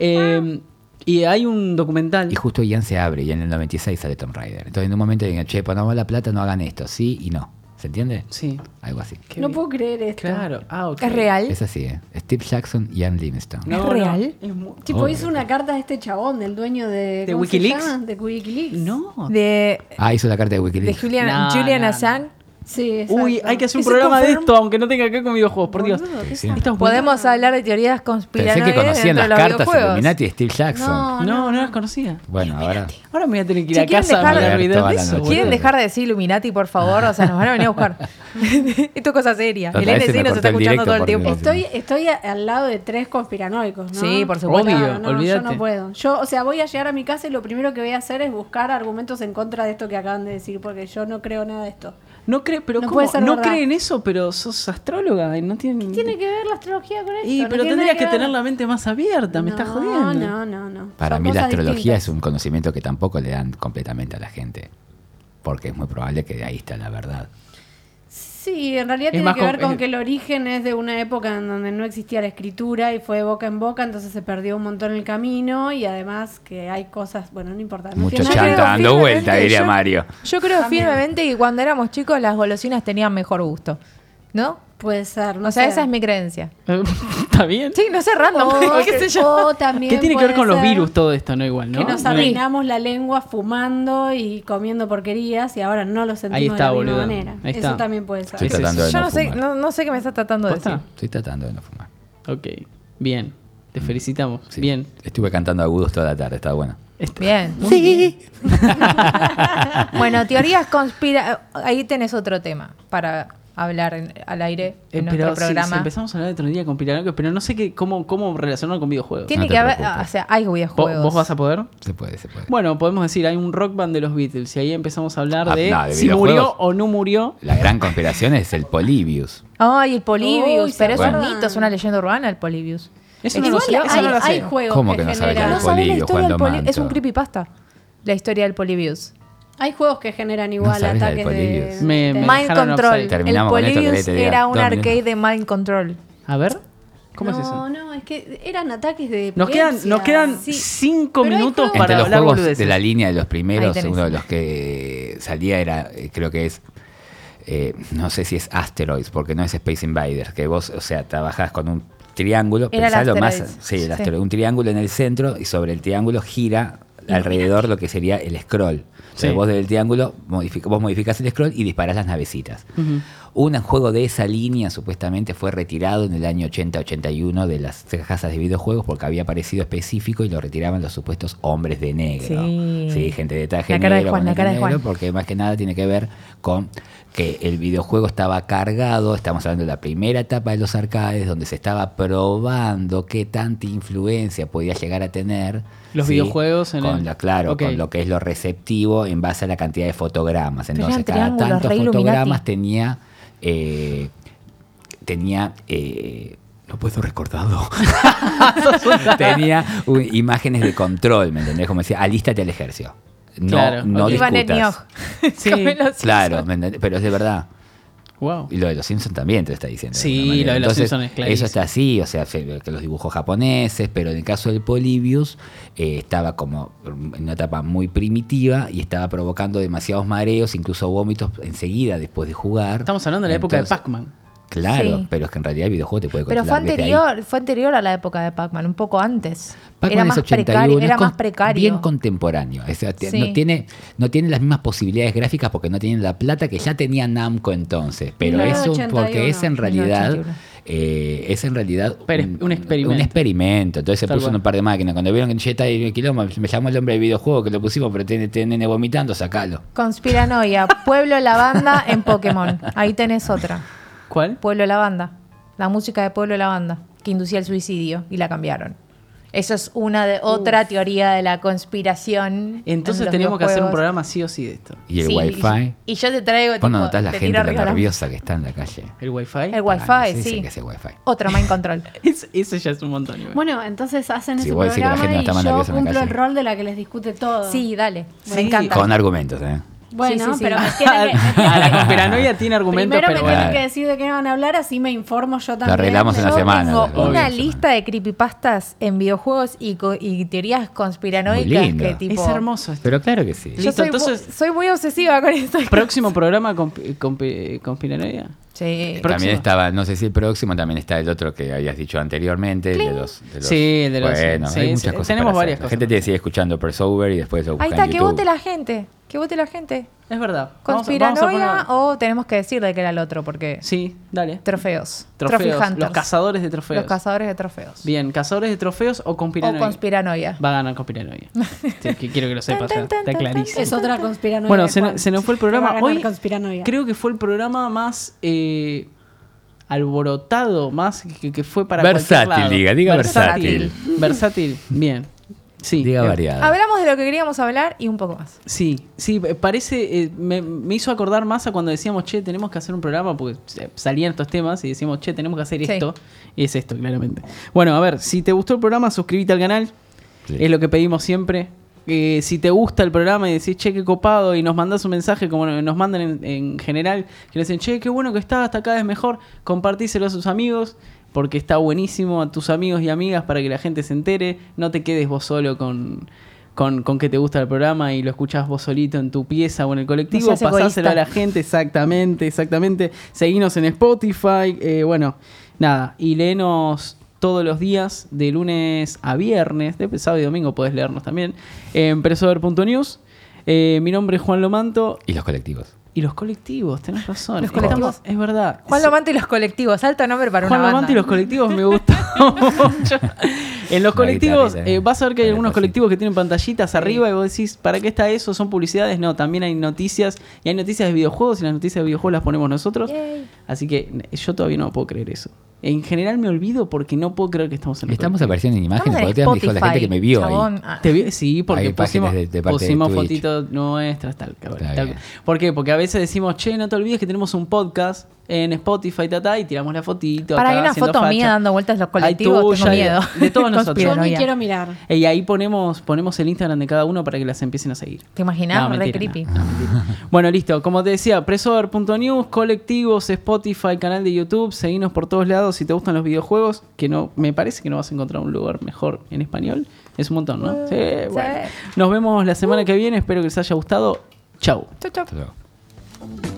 Speaker 3: Eh, y hay un documental.
Speaker 6: Y justo Ian se abre y en el 96 sale Tomb Raider. Entonces en un momento digan, che, ponemos la plata, no hagan esto, sí y no. ¿Se entiende?
Speaker 3: Sí.
Speaker 6: Algo así.
Speaker 3: Qué
Speaker 5: No
Speaker 3: bien.
Speaker 5: puedo creer esto.
Speaker 3: Claro. Ah, ok.
Speaker 4: ¿Es real?
Speaker 6: Es así, ¿eh? Steve Jackson y Ian Livingstone.
Speaker 3: No,
Speaker 4: ¿Es
Speaker 3: no,
Speaker 4: real?
Speaker 3: es mu-
Speaker 5: Tipo,
Speaker 6: Oh.
Speaker 5: hizo una carta de este chabón, del dueño de...
Speaker 3: ¿De
Speaker 5: ¿cómo se
Speaker 3: Wikileaks?
Speaker 5: llama? De Wikileaks.
Speaker 3: No.
Speaker 4: De,
Speaker 6: Ah, hizo la carta de
Speaker 4: de
Speaker 6: Wikileaks.
Speaker 4: Julian,
Speaker 3: No,
Speaker 4: Julian
Speaker 3: no, no.
Speaker 4: Assange.
Speaker 5: Sí, exacto.
Speaker 3: Uy, hay que hacer un
Speaker 5: Ese
Speaker 3: programa de
Speaker 5: confirm-
Speaker 3: esto, aunque no tenga que ver con videojuegos, por Dios.
Speaker 5: Boludo, ¿qué
Speaker 6: Sí,
Speaker 5: es
Speaker 6: sí.
Speaker 3: Esto es
Speaker 4: Podemos hablar de teorías
Speaker 6: Pensé que
Speaker 4: conspiranoicas dentro
Speaker 6: conocían las
Speaker 4: de los
Speaker 6: cartas
Speaker 4: videojuegos.
Speaker 6: Illuminati y Steve Jackson.
Speaker 5: No.
Speaker 3: muy- No, no las conocía.
Speaker 6: Bueno, ahora
Speaker 3: Ahora me voy a tener que ir
Speaker 4: Si
Speaker 3: a
Speaker 4: quieren
Speaker 3: casa
Speaker 4: dejar-
Speaker 3: a ver
Speaker 6: Ver
Speaker 3: videos
Speaker 6: toda
Speaker 3: de
Speaker 6: la
Speaker 3: eso.
Speaker 6: noche.
Speaker 3: boludo.
Speaker 4: ¿Quieren dejar de decir Illuminati, por favor? O sea, nos van a venir a buscar. Esto es cosa seria.
Speaker 6: Otra
Speaker 4: El
Speaker 6: vez se
Speaker 4: NC
Speaker 6: me
Speaker 4: nos
Speaker 6: cortó
Speaker 4: está
Speaker 6: el
Speaker 4: escuchando
Speaker 6: directo
Speaker 4: todo el
Speaker 6: por
Speaker 4: tiempo.
Speaker 6: Dios.
Speaker 5: Estoy, estoy a- al lado de tres conspiranoicos, ¿no?
Speaker 4: Sí, por supuesto.
Speaker 3: Obvio,
Speaker 5: no,
Speaker 3: olvídate.
Speaker 5: Yo no puedo. Yo, o sea, voy a llegar a mi casa y lo primero que voy a hacer es buscar argumentos en contra de esto que acaban de decir, porque yo no creo nada de esto.
Speaker 3: No cree, pero
Speaker 5: No
Speaker 3: ¿cómo?
Speaker 5: puede ser
Speaker 3: no
Speaker 5: verdad.
Speaker 3: creen eso, pero sos astróloga y no tienen.
Speaker 6: Mm.
Speaker 5: Tiene que ver la astrología con esto.
Speaker 3: Y,
Speaker 5: no
Speaker 3: pero
Speaker 5: tiene
Speaker 3: tendrías
Speaker 5: nada
Speaker 3: que,
Speaker 5: ver.
Speaker 3: tener la mente más abierta, me estás
Speaker 5: No,
Speaker 3: jodiendo.
Speaker 5: No, no, no.
Speaker 6: para
Speaker 5: Son
Speaker 6: mí la
Speaker 5: cosas
Speaker 6: astrología
Speaker 5: distintas.
Speaker 6: es un conocimiento que tampoco le dan completamente a la gente. Porque es muy probable que de ahí está la verdad.
Speaker 5: Sí, en realidad
Speaker 3: Es
Speaker 5: tiene
Speaker 3: más
Speaker 5: que ver
Speaker 3: com-
Speaker 5: con
Speaker 3: es-
Speaker 5: que el origen es de una época en donde no existía la escritura y fue de boca en boca, entonces se perdió un montón el camino y además que hay cosas, bueno, no importa. no
Speaker 6: Mucho
Speaker 5: tiene nada que
Speaker 6: chanta
Speaker 5: ver.
Speaker 6: dando vuelta,
Speaker 4: firmemente,
Speaker 6: diría
Speaker 4: yo-
Speaker 6: Mario.
Speaker 4: Yo creo
Speaker 5: También.
Speaker 4: firmemente que cuando éramos chicos las golosinas tenían mejor gusto. ¿No?
Speaker 5: Puede ser, no
Speaker 4: O sea,
Speaker 5: sé.
Speaker 4: esa es mi creencia.
Speaker 3: ¿Está bien?
Speaker 4: Sí, no sé, random.
Speaker 5: O,
Speaker 4: ¿Qué sé yo?
Speaker 5: o también
Speaker 3: ¿Qué tiene que ver
Speaker 5: puede
Speaker 3: con los
Speaker 5: ser
Speaker 3: virus todo esto, no igual, no?
Speaker 5: Que nos
Speaker 3: No,
Speaker 5: arruinamos la lengua fumando y comiendo porquerías y ahora no lo sentimos
Speaker 3: Ahí está,
Speaker 5: de la misma
Speaker 3: boludo.
Speaker 5: manera.
Speaker 3: Ahí
Speaker 5: Eso
Speaker 3: está.
Speaker 5: también puede ser.
Speaker 6: Estoy
Speaker 3: Es eso.
Speaker 6: tratando de
Speaker 4: Yo
Speaker 6: no
Speaker 4: no sé,
Speaker 6: fumar.
Speaker 4: no, no sé qué me está tratando de
Speaker 3: ¿Posta?
Speaker 4: decir.
Speaker 6: Estoy tratando de no fumar.
Speaker 3: Ok, bien. Te felicitamos.
Speaker 6: Sí.
Speaker 3: Bien.
Speaker 6: Estuve cantando agudos toda la tarde, está bueno.
Speaker 4: Bien.
Speaker 6: Sí.
Speaker 3: Eh,
Speaker 4: Bueno, teorías conspira... Ahí tenés otro tema para hablar en- al aire
Speaker 3: Eh,
Speaker 4: en
Speaker 3: pero
Speaker 4: nuestro
Speaker 3: sí, sí,
Speaker 4: programa.
Speaker 3: empezamos a hablar de teoría conspiranoica, pero no sé qué, cómo, cómo relacionarlo con videojuegos.
Speaker 4: Tiene
Speaker 6: No te
Speaker 4: que haber...
Speaker 6: preocupes.
Speaker 4: O sea, hay
Speaker 3: ¿Vo-
Speaker 4: videojuegos.
Speaker 3: ¿Vos vas a poder?
Speaker 6: Se puede, se puede.
Speaker 3: Bueno, podemos decir, hay un rock band de los Beatles y ahí empezamos a hablar
Speaker 6: Ah,
Speaker 3: de,
Speaker 6: no, de
Speaker 3: si murió
Speaker 6: videojuegos.
Speaker 3: o no murió.
Speaker 6: La gran conspiración es el Polybius.
Speaker 4: Ay, el Polybius.
Speaker 5: Uy, ¿se
Speaker 4: pero es un
Speaker 5: acuerdan?
Speaker 4: mito, es una leyenda urbana el Polybius.
Speaker 3: Eso no
Speaker 5: Igual
Speaker 3: lo sé, eso
Speaker 5: hay,
Speaker 3: no lo sé.
Speaker 5: hay juegos
Speaker 6: ¿Cómo
Speaker 5: que,
Speaker 6: que no sabes
Speaker 5: generan.
Speaker 6: la
Speaker 4: No
Speaker 6: Polybius,
Speaker 4: sabés la historia
Speaker 6: Juan
Speaker 4: del Polybius.
Speaker 6: Domanto.
Speaker 4: Es un creepypasta. La historia del Polybius.
Speaker 5: Hay juegos que generan igual
Speaker 6: sabes la de
Speaker 5: ataques de.
Speaker 6: Polybius.
Speaker 3: Me-
Speaker 5: de-
Speaker 3: me-
Speaker 4: Mind
Speaker 3: dejaron
Speaker 4: Control.
Speaker 3: offside.
Speaker 6: Terminamos
Speaker 4: El
Speaker 6: con esto que
Speaker 4: Polibius
Speaker 6: te diga,
Speaker 4: era un
Speaker 6: dos
Speaker 4: arcade
Speaker 6: minutos.
Speaker 4: de Mind Control.
Speaker 3: A ver, ¿cómo
Speaker 5: no,
Speaker 3: es eso?
Speaker 5: no, es que eran ataques de.
Speaker 3: Nos quedan,
Speaker 5: epilepsia.
Speaker 3: nos quedan
Speaker 5: Sí.
Speaker 3: cinco
Speaker 5: Pero hay
Speaker 3: minutos
Speaker 5: juegos-
Speaker 3: para
Speaker 6: Entre los
Speaker 3: hablar
Speaker 6: juegos
Speaker 3: boludeces.
Speaker 6: de la línea de los
Speaker 4: Ahí
Speaker 6: primeros,
Speaker 4: tenés.
Speaker 6: uno de los que salía era, eh, creo que es, eh, no sé si es Asteroids, porque no es Space Invaders, que vos, o sea, trabajás con un triángulo,
Speaker 4: Era el
Speaker 6: pensalo más,
Speaker 4: Asteroids.
Speaker 6: sí, el
Speaker 4: Sí.
Speaker 6: Asteroid, un triángulo en el centro y sobre el triángulo gira alrededor lo que sería el scroll. O sea,
Speaker 3: Sí.
Speaker 6: vos del triángulo, modific- vos modificás el scroll y disparás las navecitas.
Speaker 3: Ujú.
Speaker 6: Un juego de esa línea supuestamente fue retirado en el año 80-81 de las casas de videojuegos porque había aparecido específico y lo retiraban los supuestos hombres de negro.
Speaker 4: Sí.
Speaker 6: gente de traje
Speaker 4: La cara de
Speaker 6: negro,
Speaker 4: Juan, la
Speaker 6: bonete
Speaker 4: cara de
Speaker 6: negro,
Speaker 4: Juan.
Speaker 6: porque más que nada tiene que ver con que el videojuego estaba cargado, estamos hablando de la primera etapa de los arcades, donde se estaba probando qué tanta influencia podía llegar a tener
Speaker 3: Los videojuegos en
Speaker 6: con con la, claro,
Speaker 3: Ok.
Speaker 6: con lo que es lo receptivo en base a la cantidad de fotogramas.
Speaker 4: Pero eran
Speaker 6: Entonces, cada
Speaker 4: triángulos,
Speaker 6: tantos
Speaker 4: re Illuminati.
Speaker 6: fotogramas tenía. eh, tenía. eh, no puedo recordarlo. tenía u- imágenes de control, ¿me entendés? Como decía, alístate al ejercicio. No,
Speaker 3: Claro,
Speaker 6: no
Speaker 3: ok.
Speaker 4: Iban en
Speaker 6: discutas.
Speaker 3: Sí.
Speaker 6: Claro, ¿me entendés? pero es de verdad.
Speaker 3: Wow.
Speaker 6: Y lo de los Simpsons también te está diciendo.
Speaker 3: Sí,
Speaker 6: alguna
Speaker 3: lo de
Speaker 6: manera.
Speaker 3: los
Speaker 6: Entonces,
Speaker 3: Simpson es clarísimo.
Speaker 6: Eso está así, o sea, fe- que los dibujos japoneses, pero en el caso del Polybius eh, estaba como en una etapa muy primitiva y estaba provocando demasiados mareos, incluso vómitos enseguida después de jugar.
Speaker 3: Estamos hablando de la época de
Speaker 6: Entonces,
Speaker 3: Pac-Man.
Speaker 6: Claro,
Speaker 4: Sí.
Speaker 6: pero es que en realidad el videojuego te puede
Speaker 4: Pero fue
Speaker 6: controlar desde ahí.
Speaker 4: anterior, fue anterior a la época de Pac-Man, un poco antes.
Speaker 6: Pac-Man
Speaker 4: era
Speaker 6: es
Speaker 4: más
Speaker 6: 81,
Speaker 4: precario,
Speaker 6: es
Speaker 4: era
Speaker 6: con-
Speaker 4: más precario.
Speaker 6: Bien contemporáneo. o sea, te-
Speaker 4: Sí.
Speaker 6: no, tiene, no tiene las mismas posibilidades gráficas porque no tienen la plata que ya tenía Namco entonces. Pero eso,
Speaker 5: 1981,
Speaker 6: porque es en realidad.
Speaker 4: 1981.
Speaker 6: eh, es en realidad
Speaker 3: Pero es un experimento.
Speaker 6: un experimento. Entonces se
Speaker 3: Tal
Speaker 6: puso
Speaker 3: cual.
Speaker 6: un par de máquinas. Cuando vieron que ya está ahí el quilombo, me llamó el hombre del videojuego que lo pusimos, pero tiene, tiene nene vomitando, sacalo.
Speaker 4: Conspiranoia, Pueblo Lavanda en Pokémon. Ahí tenés otra.
Speaker 3: ¿Cuál?
Speaker 4: Pueblo Lavanda. La música de Pueblo Lavanda, que inducía el suicidio y la cambiaron. Eso es una de otra teoría de la conspiración.
Speaker 3: Entonces
Speaker 4: en los
Speaker 3: tenemos que hacer un
Speaker 4: videojuegos.
Speaker 3: programa sí o sí de esto.
Speaker 6: Y el
Speaker 4: Sí,
Speaker 6: wifi.
Speaker 4: Y, y yo te traigo.
Speaker 6: Vos no
Speaker 4: tipo,
Speaker 6: notás la
Speaker 4: te
Speaker 6: gente
Speaker 4: tiro
Speaker 6: la
Speaker 4: arriba la-
Speaker 6: nerviosa que está en la calle.
Speaker 3: El Wi-Fi.
Speaker 4: El
Speaker 6: Ah, no
Speaker 4: wifi,
Speaker 6: sé, dicen
Speaker 4: sí.
Speaker 6: que es el wifi.
Speaker 4: Otra mind control.
Speaker 3: Es- eso ya es un montón. igual.
Speaker 5: Bueno, entonces hacen
Speaker 6: Sí,
Speaker 5: ese
Speaker 6: vos decís que la
Speaker 5: programa
Speaker 6: gente no
Speaker 5: y
Speaker 6: está más nerviosa
Speaker 5: yo
Speaker 6: en la
Speaker 5: cumplo el
Speaker 6: calle.
Speaker 5: rol de la que les discute todo.
Speaker 4: Sí, dale.
Speaker 3: Sí.
Speaker 4: Me encanta.
Speaker 6: Con argumentos, ¿eh?
Speaker 4: Sí,
Speaker 5: Bueno,
Speaker 4: sí, sí.
Speaker 5: pero me tienen que- me
Speaker 3: A Ah, la conspiranoia tiene argumentos,
Speaker 5: Primero me
Speaker 3: pero
Speaker 6: tiene
Speaker 3: bueno.
Speaker 5: tienen
Speaker 6: bueno.
Speaker 5: que decir de qué van a hablar, así me informo yo también.
Speaker 6: arreglamos en la
Speaker 5: Yo
Speaker 6: semana.
Speaker 5: tengo-
Speaker 6: Obvio,
Speaker 4: una
Speaker 6: sí.
Speaker 4: lista de creepypastas en videojuegos y, co- y teorías
Speaker 6: Muy
Speaker 4: conspiranoicas
Speaker 6: lindo.
Speaker 4: que tipo.
Speaker 3: Es hermoso esto.
Speaker 6: Pero claro que sí.
Speaker 4: Yo
Speaker 3: Listo,
Speaker 4: soy, mu-
Speaker 3: entonces-
Speaker 4: soy muy obsesiva con esto.
Speaker 3: Próximo programa con conspiranoia.
Speaker 4: Sí.
Speaker 3: Próximo.
Speaker 6: También estaba, no sé si el próximo, también está el otro que habías dicho anteriormente. el De los, de los-
Speaker 3: Sí, el de los-
Speaker 6: Bueno,
Speaker 3: sí,
Speaker 6: hay
Speaker 3: sí,
Speaker 6: muchas cosas.
Speaker 3: tenemos
Speaker 6: para hacer.
Speaker 3: varias
Speaker 6: La
Speaker 3: cosas
Speaker 6: gente
Speaker 3: para
Speaker 6: te sigue escuchando Persover y después lo busca
Speaker 4: Ahí está,
Speaker 6: en
Speaker 4: que
Speaker 6: YouTube.
Speaker 4: vote la gente. Que vote la gente.
Speaker 3: Es verdad. Vamos a- vamos a
Speaker 4: ¿Conspiranoia
Speaker 3: ponerlo-
Speaker 4: o tenemos que decir de que era el otro? Porque.
Speaker 3: Sí, dale.
Speaker 4: Trofeos. Trophy
Speaker 3: Trofeos.
Speaker 4: hunters.
Speaker 3: Los cazadores de
Speaker 4: Los
Speaker 3: trofeos.
Speaker 4: cazadores de trofeos.
Speaker 3: Bien, cazadores de trofeos o
Speaker 4: O
Speaker 3: conspiranoia.
Speaker 4: conspiranoia.
Speaker 3: Va a ganar conspiranoia. Sí, que quiero que lo sepas.
Speaker 4: Tan, tan,
Speaker 3: Está
Speaker 4: tan,
Speaker 3: clarísimo.
Speaker 5: Es otra conspiranoia.
Speaker 3: Bueno,
Speaker 5: de
Speaker 3: se,
Speaker 5: Juan.
Speaker 3: no- se nos fue el
Speaker 5: Que va a
Speaker 3: programa.
Speaker 5: ganar
Speaker 3: Hoy
Speaker 5: conspiranoia.
Speaker 3: creo que fue el programa más eh, alborotado, más que, que fue para
Speaker 6: Versátil,
Speaker 3: cualquier lado.
Speaker 6: diga, diga
Speaker 3: Versátil, Versátil, bien. Sí.
Speaker 6: Diga
Speaker 3: eh,
Speaker 6: variada.
Speaker 4: Hablamos de lo que queríamos hablar y un poco más.
Speaker 3: Sí, sí, eh, parece, eh, me, me hizo acordar más a cuando decíamos, che, tenemos que hacer un programa, porque eh, salían estos temas y decíamos, che, tenemos que hacer
Speaker 4: Sí.
Speaker 3: esto. Y es esto, claramente. Bueno, a ver, si te gustó el programa, suscríbete al canal.
Speaker 6: Sí.
Speaker 3: Es lo que pedimos siempre. Eh, si te gusta el programa y decís, che, qué copado, y nos mandás un mensaje como nos mandan en, en general, que nos dicen, che, qué bueno que está, hasta acá es mejor, compartíselo a sus amigos, porque está buenísimo a tus amigos y amigas para que la gente se entere, no te quedes vos solo con, con, con que te gusta el programa y lo escuchás vos solito en tu pieza o en el colectivo,
Speaker 4: No seas
Speaker 3: pasáselo
Speaker 4: egoísta.
Speaker 3: a la gente, exactamente, exactamente. Seguinos en Spotify, eh, bueno, nada, y léenos todos los días, de lunes a viernes, de sábado y domingo podés leernos también, en presover.news. Eh, mi nombre es Juan Lomanto
Speaker 6: Y los colectivos.
Speaker 3: y los colectivos, tenés razón.
Speaker 4: Los
Speaker 3: Estamos-
Speaker 4: colectivos.
Speaker 3: Es verdad.
Speaker 4: Juan
Speaker 3: Sí.
Speaker 4: Lomanto y los colectivos. Alto nombre para
Speaker 3: Juan
Speaker 4: una
Speaker 3: Lamante y
Speaker 4: banda.
Speaker 3: los colectivos me gustó mucho. En los
Speaker 6: Una
Speaker 3: colectivos,
Speaker 6: guitarrita,
Speaker 3: eh, vas a ver que hay
Speaker 6: una
Speaker 3: algunos
Speaker 6: cosita.
Speaker 3: colectivos que tienen pantallitas arriba y vos decís, ¿para qué está eso? ¿Son publicidades? No, también hay noticias y hay noticias de videojuegos y las noticias de videojuegos las ponemos nosotros.
Speaker 4: Yay.
Speaker 3: Así que n- yo todavía no puedo creer eso. En general me olvido porque no puedo creer que estamos en los
Speaker 6: Estamos
Speaker 3: colectivos.
Speaker 6: apareciendo en imágenes
Speaker 4: Estamos en
Speaker 6: porque te me dijo la gente que me vio
Speaker 4: Chabón,
Speaker 6: ahí.
Speaker 4: ah,
Speaker 3: Te vi- sí, porque
Speaker 6: Hay páginas
Speaker 3: pusimos,
Speaker 6: de- de parte de
Speaker 3: pusimos
Speaker 6: Twitch.
Speaker 3: fotitos nuestras, tal, cabrón,
Speaker 6: Está
Speaker 3: tal.
Speaker 6: bien.
Speaker 3: ¿Por qué? Porque a veces decimos, che, no te olvides que tenemos un podcast en Spotify, ta, ta", y tiramos la fotito.
Speaker 4: Ah, Para
Speaker 3: acá
Speaker 4: hay una
Speaker 3: haciendo
Speaker 4: foto mía
Speaker 3: facha.
Speaker 4: dando vueltas en los
Speaker 3: Ay,
Speaker 4: colectivos,
Speaker 3: tuya,
Speaker 4: tengo miedo.
Speaker 3: de- de todos nosotros.
Speaker 5: Yo ni
Speaker 4: Conspiranoia.
Speaker 5: quiero mirar.
Speaker 3: Eh, Y ahí ponemos, ponemos el Instagram de cada uno para que las empiecen a seguir.
Speaker 4: ¿Te imaginás? Re
Speaker 3: mentira,
Speaker 4: creepy.
Speaker 3: no, no, mentira. bueno, listo. Como te decía, presover.news, colectivos, Spotify, canal de YouTube. Seguinos por todos lados si te gustan los videojuegos. Que no, me parece que no vas a encontrar un lugar mejor en español. Es un montón, ¿no? Sí, bueno. Nos vemos la semana que viene. Espero que les haya gustado. Chau.
Speaker 4: Chau, chau.
Speaker 6: Hasta luego.